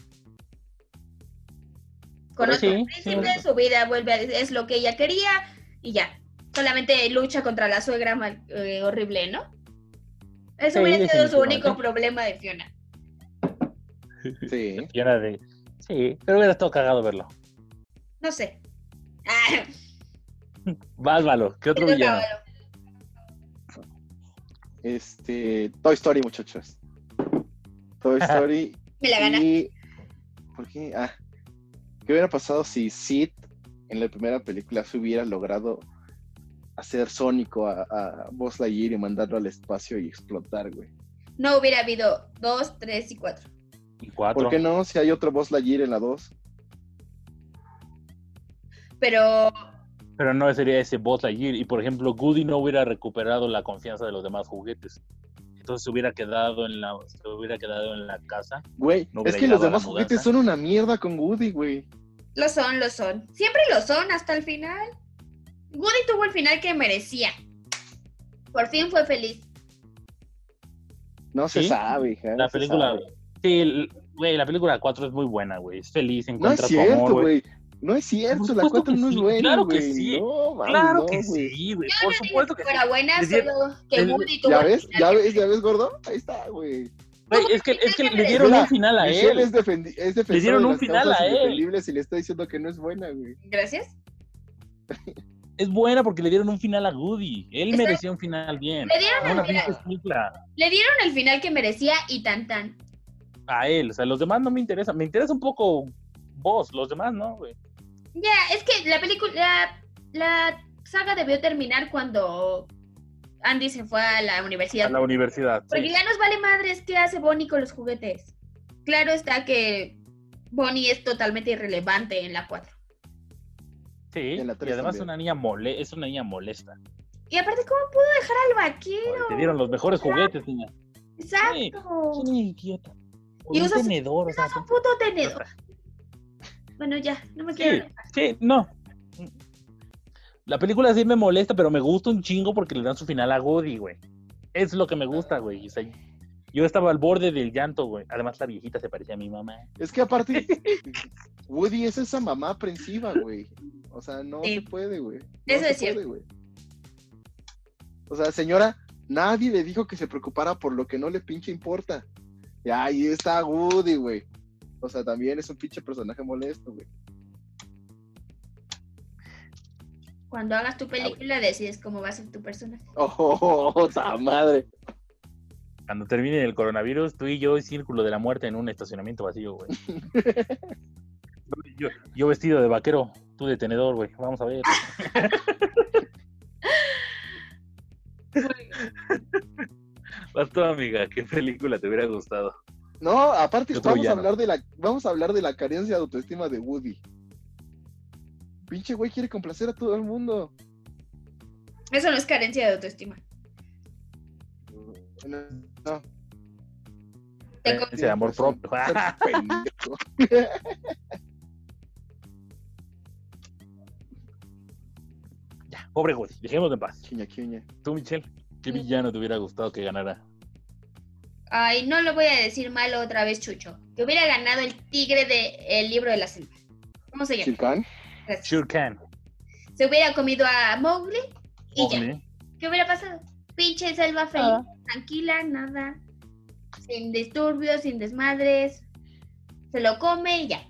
Con
Pero
otro
Pues sí,
príncipe,
sí.
su vida vuelve a, es lo que ella quería y ya. Solamente lucha contra la suegra mal- eh, horrible, ¿no? Eso
Sí,
hubiera sido su
definitivamente.
único problema de Fiona.
Sí.
Y era de. Sí, pero hubiera estado cagado verlo.
No sé. Ah,
Vas, Valo, ¿qué otro
otro
villano?
caballo.
Este, Toy Story, muchachos. Toy Story.
me la gana.
y... ¿Por qué? Ah. ¿Qué hubiera pasado si Sid en la primera película se hubiera logrado hacer sónico a, a Buzz Lightyear y mandarlo al espacio y explotar, güey?
No hubiera habido dos, tres y cuatro.
Y cuatro.
¿Por qué no? Si hay otro Buzz Lightyear en la 2.
Pero
Pero no sería ese Buzz Lightyear. Y por ejemplo, Goody no hubiera recuperado la confianza de los demás juguetes. Entonces se hubiera quedado en la, se hubiera quedado en la casa.
Güey,
No
es
hubiera
que
llegado
los
a la
demás juguetes
mudanza.
son una mierda con Woody, güey.
lo son, lo son. Siempre lo son hasta el final. Woody tuvo el final que merecía. Por fin fue feliz.
No se
Sí,
sabe, hija. no
La
se
película.
sabe.
Sí, el- güey, la película 4 es muy buena, güey. Es feliz,
No es
encuentra tu amor,
cierto,
güey.
güey. No es cierto,
Por
la
supuesto
4
que
no es
sí,
buena.
claro que
güey.
sí.
No, mames,
Claro
no,
que
güey.
sí, güey.
Yo
Por
no dije
supuesto que sí.
fuera buena,
Es decir,
solo que
es-
Woody tuvo
¿Ya
el
ves?
final
¿Ya
que
ves? ¿Ya ves, gordo? Ahí está, güey.
Güey, es que, es que le dieron
Mira,
un final a
Michelle
él.
es, defendi es defensora
Le dieron
de
un
las
final
causas
a él.
indefendibles y le está diciendo que no es buena, güey.
merecía. Gracias.
Es buena porque le dieron un final a Goody. Él
Exacto.
merecía un final bien.
Le dieron,
Una
el final,
pinche película
le dieron el final que merecía y tan tan.
a él. O sea, los demás no me interesan. Me interesa un poco vos, los demás no, güey.
Ya, es que la película, la, la saga debió terminar cuando Andy se fue a la universidad.
A la universidad.
Porque
sí.
ya nos vale madres qué hace Bonnie con los juguetes. Claro está que Bonnie es totalmente irrelevante en la 4.
Sí,
en la
y
tres
además
también.
una niña mole, es una niña molesta.
Y aparte, ¿cómo pudo dejar al vaquero?
Te dieron los mejores juguetes, niña. Es
Exacto.
una idiota. Con
Y
un
usa su-
tenedor, o sea,
Es un puto tenedor. Bueno, ya, no me
Sí,
quiero.
sí, no. La película sí me molesta, pero me gusta un chingo porque le dan su final a Goody, güey. Es lo que me gusta, güey. O sea, yo estaba al borde del llanto, güey. Además, la viejita se parecía a mi mamá.
Es que aparte, Woody es esa mamá aprensiva, güey. O sea, no
Sí.
se puede, güey. No
Eso
se
es cierto.
puede, güey. O sea, señora, nadie le dijo que se preocupara por lo que no le pinche importa. Y ahí está Woody, güey. O sea, también es un pinche personaje molesto, güey.
Cuando hagas
Ah,
tu película, decides cómo va a ser tu personaje.
Oh, oh, oh, ta madre.
Cuando termine el coronavirus, tú y yo, el círculo de la muerte en un estacionamiento vacío, güey. yo, yo vestido de vaquero, tú de tenedor, güey. Vamos a ver. Vas tú, amiga. ¿Qué película te hubiera gustado?
No, aparte
Yo creo
vamos
ya
a
no.
hablar de la vamos a hablar de la carencia de autoestima de Woody. Pinche güey quiere complacer a todo el mundo.
Eso no es carencia de autoestima.
No, no,
Te
Eh, Ese de amor
es un-
propio.
es un pendejo.
Ya, pobre Woody. Dejémoslo en paz.
Quiña, quiña.
Tú, Michelle, ¿qué villano te hubiera gustado que ganara?
Ay, no lo voy a decir malo otra vez, Chucho. Que hubiera ganado el tigre del libro de la selva. ¿Cómo se llama?
¿Chilcán?
Gracias.
Sure can.
Se hubiera comido a Mowgli y ya.
Mowgli.
¿Qué hubiera pasado? Pinche selva feliz,
Nada.
tranquila, nada. Sin disturbios, sin desmadres. Se lo come y ya.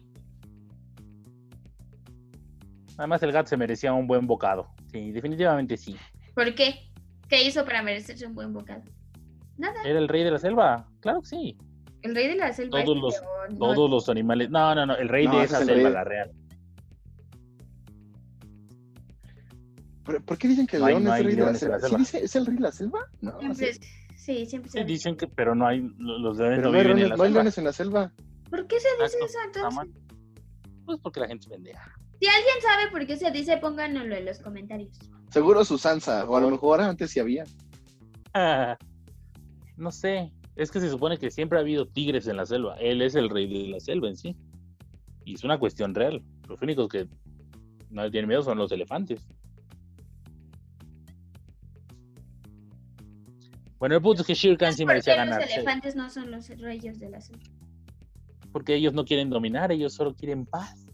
Además, el gato se merecía un buen bocado. Sí, definitivamente sí.
¿Por qué? ¿Qué hizo para merecerse un buen bocado? Nada.
¿Era el rey de la selva? Claro que sí.
El rey de la selva es
Todos los-
león, no,
Todos los animales. No, no, no. El rey
No,
de
ese
esa
es el
selva,
rey.
la real.
¿Por, por qué dicen que el
No hay-
león
no
es
hay
el rey de la
leones en
selva?
la
¿Sí
selva.
dice, ¿Es el rey de la selva? No, no
siempre
sé.
Pues es- sí, siempre se dice.
Sí, dicen que, pero no hay, lo- los leones
Pero
no
no hay
viven en
leones-
la
no hay
selva.
leones en la selva.
¿Por qué se dice
Exacto,
eso
nada
entonces?
más. Pues porque la gente es pendeja.
Si alguien sabe por qué se dice, pónganlo en los comentarios.
Seguro Susanza, o a lo mejor antes sí había.
Ah, no sé, es que se supone que siempre ha habido tigres en la selva. Él es el rey de la selva en sí. Y es una cuestión real. Los únicos que no le tienen miedo son los elefantes. Bueno, el punto es que Shere Khan sí
¿Por
merecía
qué
ganar.
los
sí,
elefantes no son los reyes de la selva?
Porque ellos no quieren dominar, ellos solo quieren paz.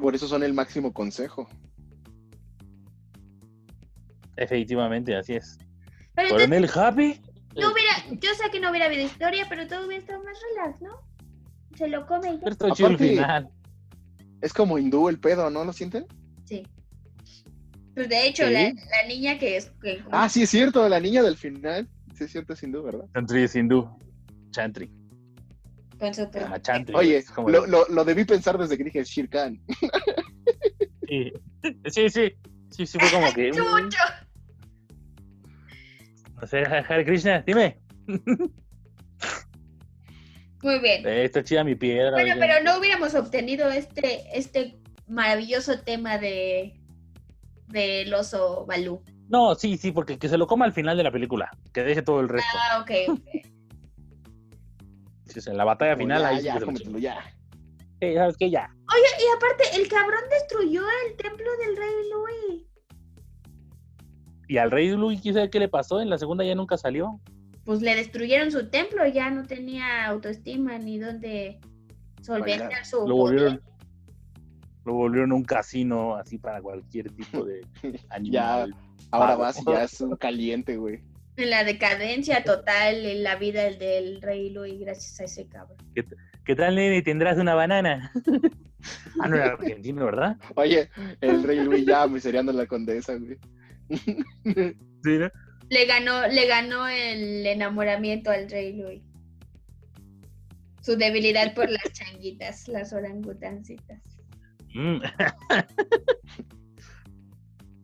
Por eso son el máximo consejo.
Efectivamente, así es.
Pero entonces,
Coronel Happy.
no hubiera, yo sé que no hubiera habido historia, pero todo hubiera estado más relax, ¿no? Se lo come y ya.
Pero está chido el
Aparte-
final.
Es como hindú el pedo, ¿no lo sienten?
Sí. Pues de hecho,
Sí.
la, la niña que es. que-
Ah, sí, es cierto, la niña del final. Sí, es cierto, es hindú, ¿verdad?
Chantry es hindú. Chantry.
con su-
Ah, Chantry.
Oye,
es como-
lo, lo, lo debí pensar desde que dije Shere Khan.
Sí, sí, sí. Sí, sí, fue como que.
Chucho.
No sé, Hare Krishna, dime.
Muy bien.
Eh, está chida mi piedra.
Bueno,
oigan.
pero no hubiéramos obtenido este, este maravilloso tema de del oso Balú.
No, sí, sí, porque que se lo coma al final de la película. Que deje todo el resto.
Ah, ok. ok.
Sí, o sea, en la batalla final,
ya,
ahí sí
ya,
que se lo
cómetelo, ya.
chingue. Eh, ¿Sabes qué? Ya.
Oye, y aparte, el cabrón destruyó el templo del rey Louis.
Y al rey Luis, ¿quién sabe qué le pasó? En la segunda ya nunca salió.
Pues le destruyeron su templo, ya no tenía autoestima ni dónde solventar su
Lo
poder.
volvieron. Lo volvieron un casino así para cualquier tipo de animal.
Ahora
Vago.
vas y ya es un caliente, güey.
En la decadencia total en la vida del, del rey Louis gracias a ese cabrón.
¿Qué tal, nene? ¿Tendrás una banana? ah, no era argentino, ¿verdad?
Oye, el rey Luis ya misereando a la condesa, güey.
Sí, ¿no?
Le ganó, le ganó el enamoramiento al rey Louis. Su debilidad por las changuitas, las orangutancitas.
Mm.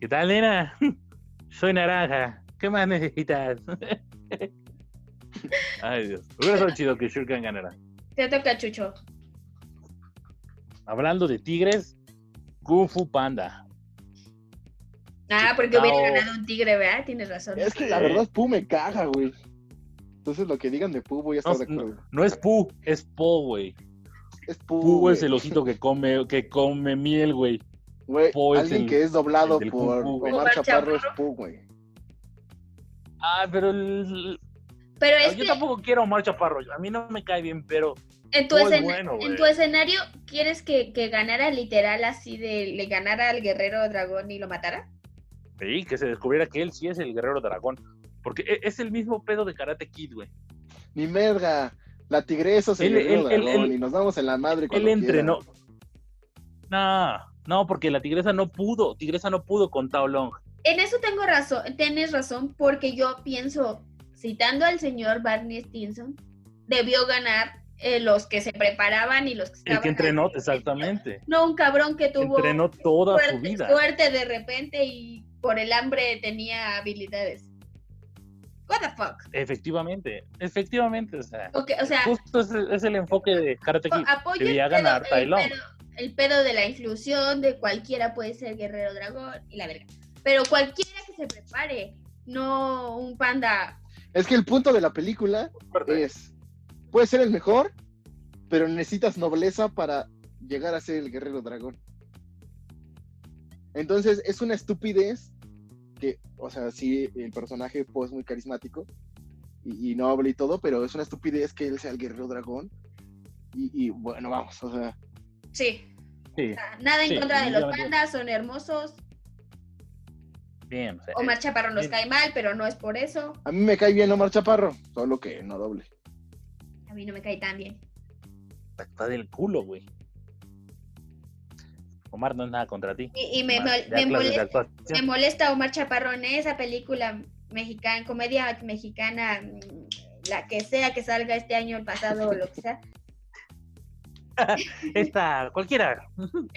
¿Qué tal, nena? Soy naranja. ¿Qué más necesitas? Ay, Dios. Hubiera sido chido que Shurkan ganara.
Te toca, Chucho.
Hablando de tigres, Kung Fu Panda.
Ah, porque hubiera
Chao.
ganado un tigre, ¿verdad? Tienes razón.
Es que la verdad, Pu me caga, güey. Entonces, lo que digan de Pu voy a estar
No,
de acuerdo.
No es Pu, es Po, güey.
Es Pu,
Pu
güey.
es el osito que come, que come miel, güey.
Güey,
Po es
alguien
el-
que es doblado
el del
por
Kung Fu, güey.
Omar
Omar
Chaparro es
Chaparro.
Pu, güey.
Ah, pero el-
Pero es
yo
que
tampoco quiero a Omar Chaparro. A mí no me cae bien, pero
en tu,
Muy
escena-
bueno,
en
güey.
tu escenario, ¿quieres que, que ganara literal así de le ganara al guerrero dragón y lo matara?
sí, que se descubriera que él sí es el guerrero dragón. Porque e- es el mismo pedo de Karate Kid, güey.
Ni merga. La tigresa se
Él-
le dio
él- él-
dragón
él-
y nos damos en la madre cuando
Él entrenó. No, no, porque la tigresa no pudo. Tigresa no pudo con Tao Long.
En eso tengo razón, tienes razón, porque yo pienso, citando al señor Barney Stinson, debió ganar eh, los que se preparaban y los que estaban.
El que entrenó,
ahí.
exactamente.
No, un cabrón que tuvo
Entrenó toda
suerte,
su vida.
suerte de repente y por el hambre tenía habilidades. What the fuck?
Efectivamente, efectivamente. O sea,
Ok, o sea,
justo es, es el enfoque de Karate Kid.
apoyo
debía
el pedo-
ganar
el
Tai Lung.
pedo- el pedo de la inclusión, de cualquiera puede ser guerrero dragón y la verga. Pero cualquiera que se prepare, no un panda.
Es que el punto de la película es, puedes ser el mejor, pero necesitas nobleza para llegar a ser el guerrero dragón. Entonces es una estupidez que, o sea, sí, el personaje Po es muy carismático y, y noble y todo, pero es una estupidez que él sea el guerrero dragón. Y, y, bueno, vamos, o sea,
Sí.
Sí,
Nada en
Sí,
contra de los
definitivamente.
pandas, son hermosos.
bien. o sea, eh,
Omar Chaparro nos
sí.
cae mal, pero no es por eso.
a mí me cae bien Omar Chaparro, solo que no doble.
A mí no me cae tan bien.
está del culo, güey. Omar, no es nada contra ti.
Y, y me,
Omar,
me-
da
me
clases de
molesta, me
actuación.
molesta Omar Chaparro en esa película mexicana, comedia mexicana, mm, la que sea que salga este año, el pasado o lo que sea.
Esta, cualquiera,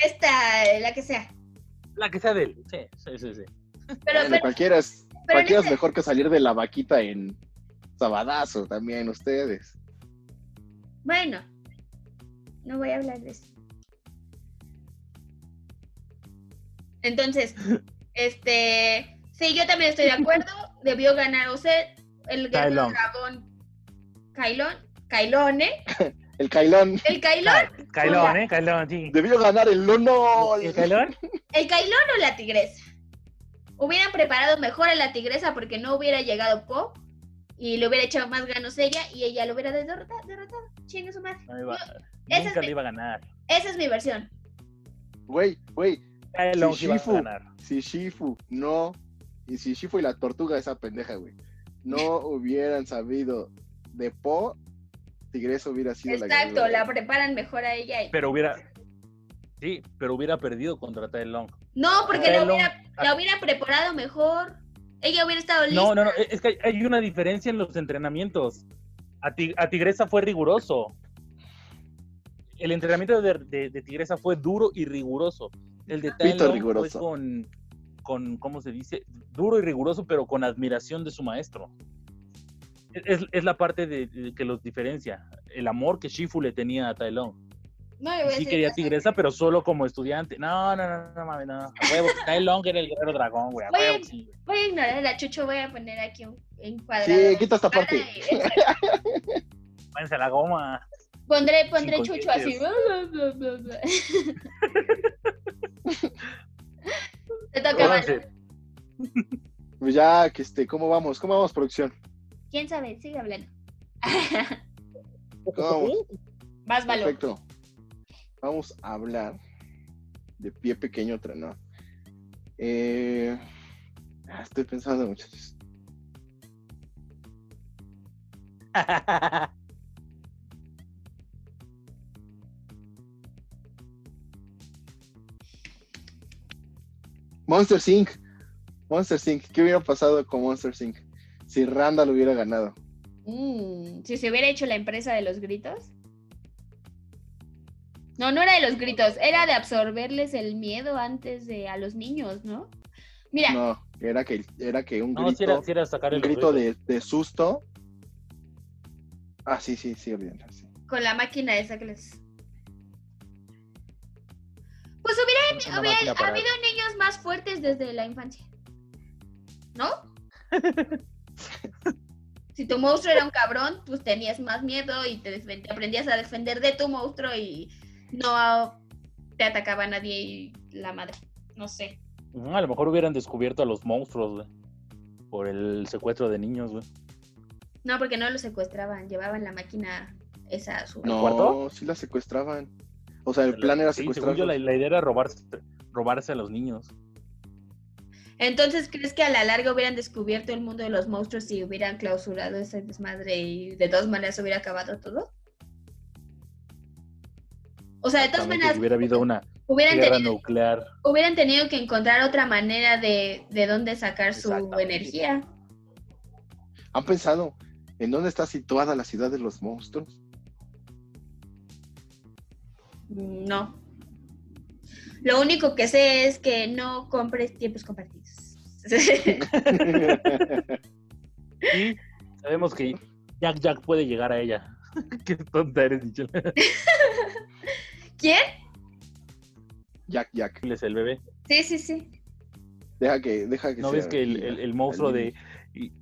Esta, eh, la que sea.
la que sea de él. Sí, sí, sí. sí.
Pero,
Bueno,
pero-
cualquiera es,
pero
cualquiera
en
es mejor que salir de la vaquita en Sabadazo también ustedes.
Bueno, no voy a hablar de eso. Entonces, este, sí, yo también estoy de acuerdo. debió ganar Oset, el guerrero
Kailon.
dragón, Kailon, Kailone,
El Cailón
el Kailon,
Ca- Cailón, ¿eh? Cailón, sí.
debió ganar el Lono.
¿El Cailón?
el Kailon o la tigresa. Hubieran preparado mejor a la tigresa porque no hubiera llegado Po y le hubiera echado más ganos ella y ella lo hubiera derrotado. derrotado. Chingue su madre.
No iba-
Esa
nunca
es
le
mi-
iba a ganar.
Esa es mi versión.
Güey, güey,
Kyle Long iba a
Shifu.
ganar.
si Shifu no, y si Shifu y la tortuga esa pendeja, güey, no hubieran sabido de Po, Tigresa hubiera sido la
Exacto,
ganadora.
la preparan mejor a ella. y-
Pero hubiera. Sí, pero hubiera perdido contra Kyle Long.
No, porque
Kyle
la
Long-
hubiera, la hubiera preparado mejor. Ella hubiera estado lista.
No, no, no. Es que hay- hay una diferencia en los entrenamientos. A, Ti- a Tigresa fue riguroso. El entrenamiento de, de- de Tigresa fue duro y riguroso. El de Kyle
Pito
Long
riguroso.
fue con, con, ¿cómo se dice? Duro y riguroso, pero con admiración de su maestro. Es, es la parte de, de que los diferencia. El amor que Shifu le tenía a Tai Long.
No le voy a
Sí
decir
quería
nada.
Tigresa, pero solo como estudiante. No, no, no, no, mames, no. A huevo, Tai Long era el guerrero dragón, güey. A
Güey,
huevo, sí, güey.
Voy a ignorar a la chucho, voy a poner aquí un encuadrado.
Sí, quita esta parte.
Váyanse a la goma.
Pondré, pondré
Sin
chucho así.
conciencias.
bla, bla, bla, bla. Te toca,
Váyanse.
Val.
Pues ya, que este, ¿cómo vamos? ¿Cómo vamos, producción?
¿Quién sabe? Sigue hablando.
¿Cómo?
Vas, Valo.
Perfecto. Vamos a hablar de pie pequeño otra, ¿no? Eh, ah, estoy pensando, muchachos. Monster Inc. Monster Inc. ¿Qué hubiera pasado con Monster Inc? Si Randall hubiera ganado.
Mm, si se hubiera hecho la empresa de los gritos. No, no era de los gritos, era de absorberles el miedo antes de a los niños, ¿no? Mira,
No, era que, era que un
No,
grito,
si era, si era sacar
un
el
grito de, de susto. Ah, sí, sí, sí, bien. sí.
con la máquina esa que les. Pues hubiera
Una
hubiera
máquina para-
habido niños más fuertes desde la infancia. ¿No? si tu monstruo era un cabrón, pues tenías más miedo y te, defen- te aprendías a defender de tu monstruo y no te atacaba nadie y la madre. No sé.
Ujú, A lo mejor hubieran descubierto a los monstruos, güey. Por el secuestro de niños, güey.
No, porque no los secuestraban, llevaban la máquina esa a su...
No,
cuarto?
sí la secuestraban. O sea, el
Pero-
plan era
Sí, según yo,
secuestrarlos.
la, la idea era robarse, robarse a los niños.
Entonces, ¿crees que a la larga hubieran descubierto el mundo de los monstruos y hubieran clausurado ese desmadre y de todas maneras hubiera acabado todo? O sea, de todas
Exactamente,
maneras,
hubiera habido una
hubieran,
guerra
tenido,
nuclear.
hubieran tenido que encontrar otra manera de, de dónde sacar su
Exactamente.
energía.
¿Han pensado en dónde está situada la ciudad de los monstruos?
Mm, No. Lo único que sé es que no compres tiempos compartidos.
Y sabemos que Jack Jack puede llegar a ella. Qué tonta eres, Michelle.
¿Quién?
Jack, Jack.
Él es el bebé.
Sí, sí, sí.
Deja que, deja que
¿No
sea
ves que el,
Jack,
el- el monstruo de...
niño.
y-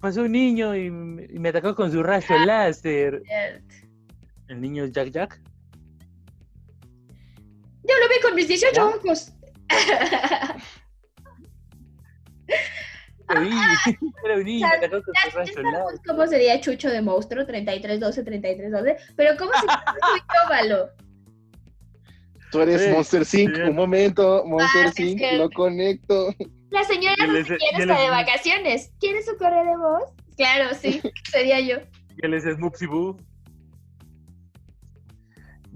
pasó un niño y, me- y me atacó con su rayo láser.
Eh,
¿El niño es Jack Jack?
Yo lo vi con mis 18
¿Ya?
ojos.
Te vi, era un niño, me atacó con
Ya,
su rayo
ya
láser.
sabemos cómo sería Chucho de monstruo, 3312, 3312, pero ¿cómo se llama óvalo?
Tú eres
Sí,
Monster Inc.
sí.
Un momento, Monster
Ah, es
Inc.
que-
Lo conecto.
La señora
Y él
no
es-
se
y
quiere
él
está
es-
de vacaciones. ¿Quieres su correo de voz? Claro, sí, sería yo.
Y él es Snoopsy Boo.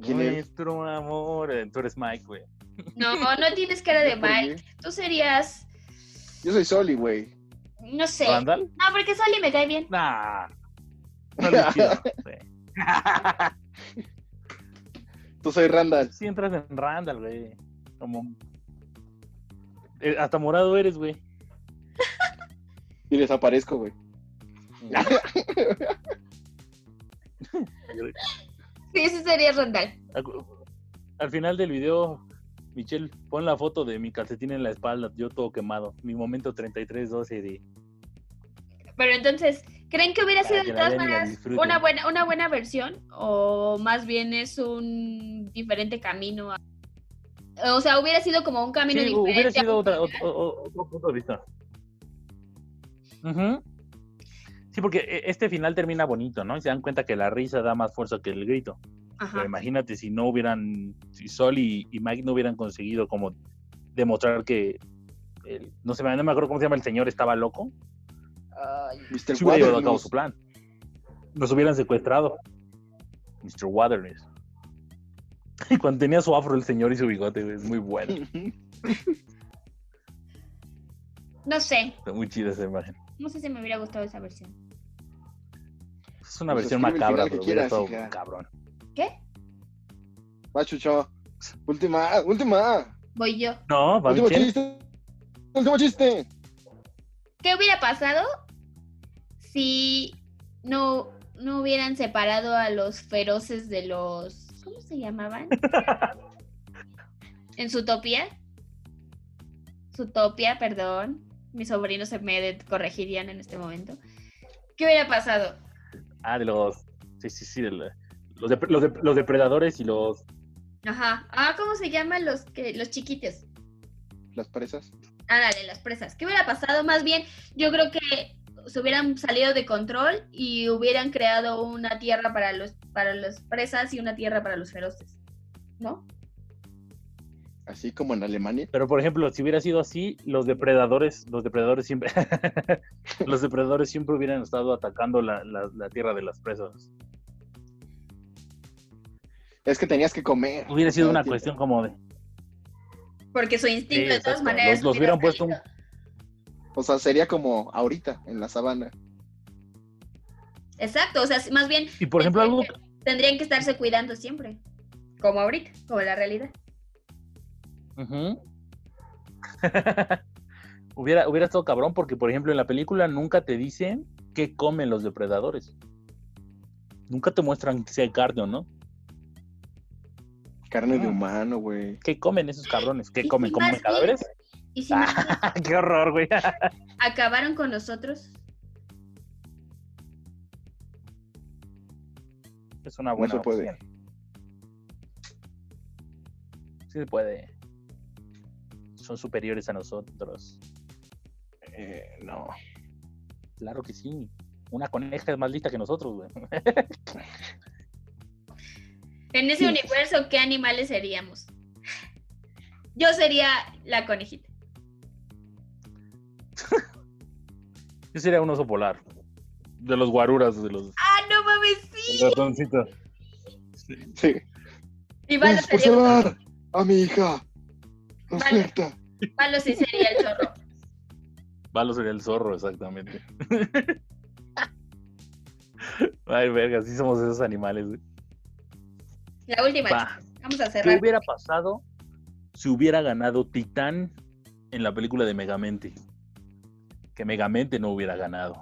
¿Quién es?
Nuestro amor. eh, Tú eres Mike, güey.
No, no tienes cara de
¿Por
Mike.
qué?
Tú serías,
Yo soy Soli, güey.
no sé. No,
¿Randall?
porque Sally me cae bien.
Nah. No lo chido, güey.
Tú soy Randall.
Sí entras en Randall, güey. Como... Eh, hasta morado eres, güey.
Y desaparezco, güey.
Sí, ese sería Rondal.
Acu- Al final del video, Michelle, pon la foto de mi calcetín en la espalda, yo todo quemado. Mi momento 33-12 de...
Pero entonces, ¿creen que hubiera
Para
sido de
que la
todas
vean y la
maneras
disfruten.
una buena, una buena versión? ¿O más bien es un diferente camino a O sea, hubiera sido como un camino
Sí,
diferente.
hubiera sido otra, otro, otro punto de vista. Ujú. Sí, porque e- este final termina bonito, ¿no? Y se dan cuenta que la risa da más fuerza que el grito. Pero
Ajá.
imagínate si no hubieran, si Sol y, y Mike no hubieran conseguido como demostrar que, el- no sé, no me acuerdo cómo se llama, el señor estaba loco.
Mr.
Si hubiera llevado a cabo
Waterhouse.
su plan. Nos hubieran secuestrado. Mr. Waterness. Y cuando tenía su afro el señor y su bigote, güey, es muy bueno.
No sé.
Está muy chida esa imagen.
No sé si me hubiera gustado esa versión.
Es una
Pues
versión
escribe el
macabra,
final que
pero hubiera
quieras,
estado
hija.
cabrón.
¿Qué?
Va, Chucho. Última, última.
Voy yo.
No, para
Último
Michelle.
chiste. Último chiste.
¿Qué hubiera pasado si no, no hubieran separado a los feroces de los. ¿Cómo se llamaban? en Zootopia. Zootopia, perdón. Mis sobrinos se me de- corregirían en este momento. ¿Qué hubiera pasado?
Ah, de los. Sí, sí, sí. de la- los, dep- los dep- los depredadores y los.
Ajá. Ah, ¿cómo se llaman los que los chiquitos?
Las presas.
Ah, dale, las presas. ¿Qué hubiera pasado? Más bien, yo creo que se hubieran salido de control y hubieran creado una tierra para los para las presas y una tierra para los feroces. ¿No?
Así como en Alemania.
Pero por ejemplo, si hubiera sido así, los depredadores, los depredadores siempre. los depredadores siempre hubieran estado atacando la, la- la tierra de las presas.
Es que tenías que comer.
Hubiera sido
Todo
una
el tiempo.
cuestión como de.
Porque su instinto
Sí,
de todas
exacto.
maneras.
Los- los
hubiera
hubieran puesto un-
salido.
O sea, sería como ahorita, en la sabana.
Exacto, o sea, más bien
Y por ejemplo, algo.
tendrían que estarse cuidando siempre. Como ahorita, como la realidad.
Ujú. hubiera, hubiera estado cabrón, porque por ejemplo, en la película nunca te dicen qué comen los depredadores. Nunca te muestran si hay carne o no.
Carne de
Ah.
humano, güey.
¿Qué comen esos cabrones?
¿Y
¿Qué
si
comen? ¿Comen
más
cadáveres?
Y si no,
¡Qué horror, güey!
acabaron con nosotros.
Es una buena
se puede.
opción. Sí se puede. Son superiores a nosotros.
Eh, no.
Claro que sí. Una coneja es más lista que nosotros, güey.
En ese
Sí.
universo, ¿qué animales seríamos? Yo sería la conejita.
Yo sería un oso polar. De los guaruras, de los
¡Ah, no mames, sí!
ratoncitos.
Sí.
Y Valo
pues
Puedes
sería, un-
preservar a mi hija. Oferta.
Valo sí sería el zorro.
Valo sería el zorro, exactamente. Ay, verga, sí somos esos animales, güey.
La última.
Va.
Vamos a
¿Qué
cerrar.
hubiera pasado si hubiera ganado Titán en la película de Megamente? Que Megamente no hubiera ganado.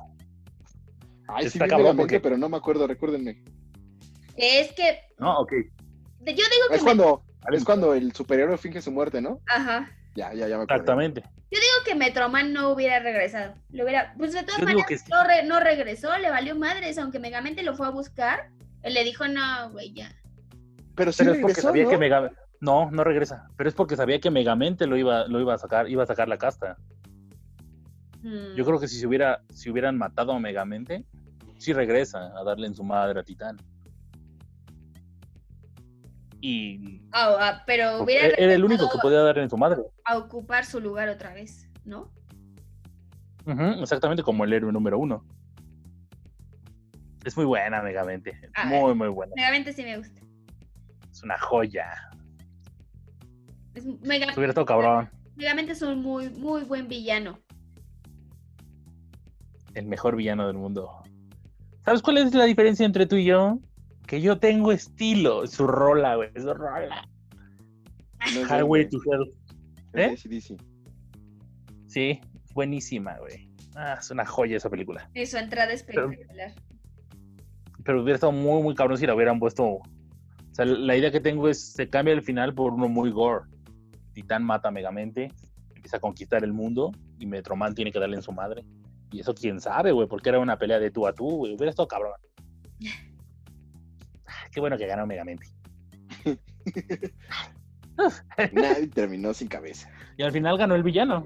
Ay, sí,
Está
vi
cabrón,
Megamente,
porque-
pero no me acuerdo, recuérdenme.
Es que
No, ok.
yo digo que
Es
me-
cuando,
Vale.
es cuando el superhéroe finge su muerte, ¿no?
ajá.
Ya, ya, ya me acuerdo.
Exactamente.
Digo que Metroman no hubiera regresado. Lo hubiera, pues de todas
Yo digo
maneras
que sí.
no, re- no regresó, le valió madres, aunque Megamente lo fue a buscar. Él le dijo, no, güey, ya.
Pero sí
Pero es porque
regresó,
sabía
¿no?
que Mega... No, no regresa. Pero es porque sabía que Megamente lo iba, lo iba a sacar, iba a sacar la casta.
Mm.
Yo creo que si se hubiera, si hubieran matado a Megamente, sí regresa a darle en su madre a Titán. Y
Ah, ah, pero hubiera
era era el único
regresado
que podía darle en su madre.
a ocupar su lugar otra vez, ¿no?
Ujú, exactamente como el héroe número uno. Es muy buena, Megamente.
A
Muy, muy buena.
Megamente sí me gusta.
Es una joya.
Es Mega-
Hubiera estado cabrón.
Megamente es un muy, muy buen villano.
El mejor villano del mundo. ¿Sabes cuál es la diferencia entre tú y yo? Que yo tengo estilo. Su rola, güey. Su rola.
No es de-
Highway to Hell. ¿Eh?
es de AC/DC.
Sí, buenísima, güey. Ah, es una joya esa película.
Y su entrada espectacular.
Pero hubiera estado muy, muy cabrón si la hubieran puesto. O sea, la idea que tengo es: se cambia el final por uno muy gore. Titán mata a Megamente, empieza a conquistar el mundo y Metroman tiene que darle en su madre. Y eso quién sabe, güey, porque era una pelea de tú a tú, güey. Hubiera estado cabrón. Ah, Qué bueno que ganó Megamente.
Nadie terminó sin cabeza.
Y al final ganó el villano.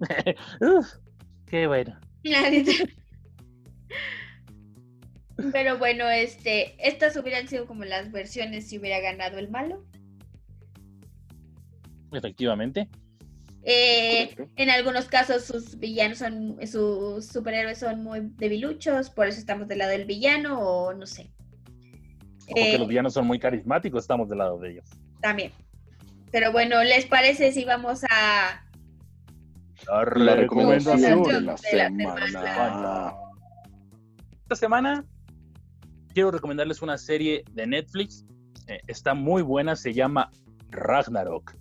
Uf, qué bueno.
Pero bueno, este, estas hubieran sido como las versiones si hubiera ganado el malo.
Efectivamente.
Eh,
Correcto.
en algunos casos sus villanos son, sus superhéroes son muy debiluchos, por eso estamos del lado del villano o no sé.
Porque
Eh,
los villanos son muy carismáticos, estamos del lado de ellos.
También. Pero bueno, ¿les parece si vamos a...
La recomendación de
recomendación de
la
la
semana.
Esta semana quiero recomendarles una serie de Netflix. eh, está muy buena, se llama Ragnarok.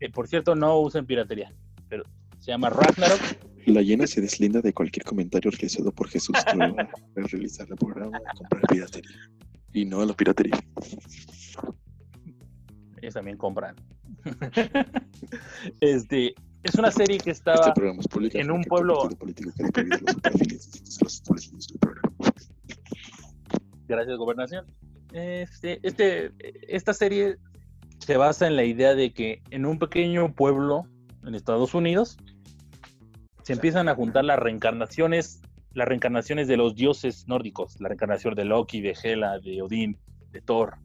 Eh, por cierto, no usen piratería, pero se llama Ragnarok.
La llena se deslinda de cualquier comentario realizado por Jesús Cruz al realizar el programa comprar piratería. Y no a la piratería.
Ellos también compran. este, es una serie que
Este
estaba
programa es público.
en un
cualquier
pueblo-
partido político que deprime los superficies de los establecidos del programa.
Gracias, gobernación. Este, este, esta serie se basa en la idea de que en un pequeño pueblo en Estados Unidos se empiezan a juntar las reencarnaciones, las reencarnaciones de los dioses nórdicos, la reencarnación de Loki, de Hela, de Odín, de Thor.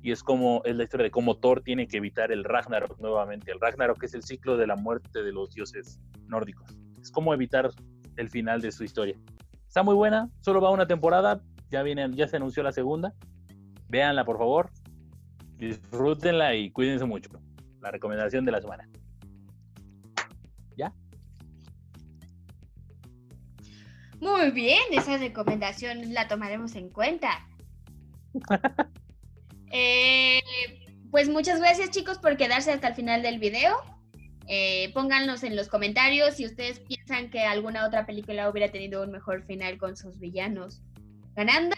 Y es como es la historia de cómo Thor tiene que evitar el Ragnarok nuevamente. El Ragnarok es el ciclo de la muerte de los dioses nórdicos. Es como evitar el final de su historia. Está muy buena, solo va una temporada, ya viene, ya se anunció la segunda. Véanla, por favor. Disfrútenla y cuídense mucho. La recomendación de la semana.
Muy bien, esa recomendación la tomaremos en cuenta. Eh, pues muchas gracias chicos por quedarse hasta el final del video. Eh, pónganos en los comentarios si ustedes piensan que alguna otra película hubiera tenido un mejor final con sus villanos ganando.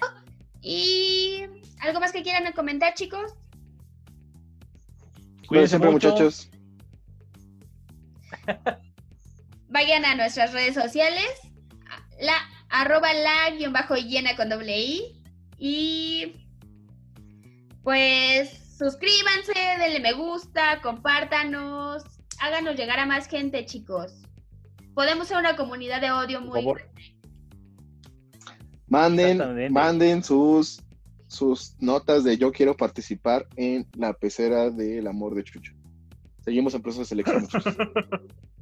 Y algo más que quieran comentar chicos.
Como
Cuídense
siempre,
mucho.
muchachos.
Vayan a nuestras redes sociales, a- la arroba la guión bajo llena con doble i y pues suscríbanse, denle me gusta, compártanos, háganos llegar a más gente chicos. Podemos ser una comunidad de odio
Por
muy...
favor. Exactamente.
Manden, manden sus, sus notas de yo quiero participar en la pecera del amor de Chucho. Seguimos en proceso de selección, muchachos.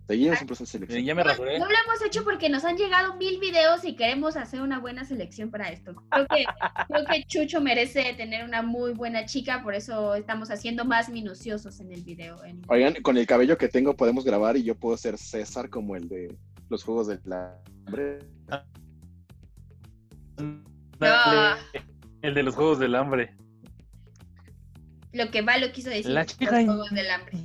Seguimos en proceso de
Eh,
selección.
Ya me rasuré.
No lo hemos hecho porque nos han llegado mil videos y queremos hacer una buena selección para esto. Creo que, creo que Chucho merece tener una muy buena chica, por eso estamos haciendo más minuciosos en el video. en-
Oigan, con el cabello que tengo podemos grabar y yo puedo ser César como el de los Juegos del Hambre.
Dale. El de los Juegos del Hambre.
lo que Valo quiso decir.
La
los
chica in-
Juegos del hambre.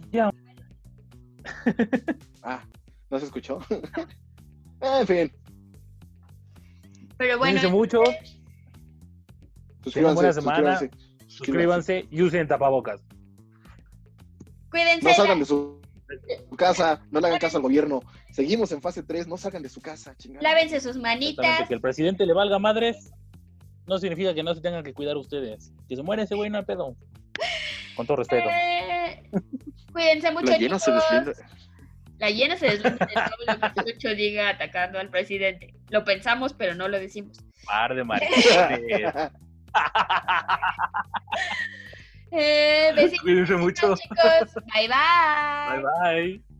Ah, ¿no se escuchó? en fin,
Pero bueno, eh,
Cuídense mucho.
suscríbanse.
buena semana.
suscríbanse.
Suscríbanse y usen tapabocas.
cuídense.
No salgan de su, su casa, no le hagan caso al gobierno. Seguimos en fase 3, no salgan de su casa, chingada.
Lávense sus
Exactamente,
manitas.
Que el presidente le valga madres no significa que no se tengan que cuidar ustedes. Que se muere ese güey, no hay pedo. Con todo respeto.
Eh, cuídense mucho.
La llena se
chicos.
deslinda.
La llena se deslinda de todo lo que Chucho diga atacando al presidente. Lo pensamos, pero no lo decimos.
Par de maricones.
Eh, besitos,
Cuídense mucho.
Eh, chicos. Bye, bye.
Bye bye.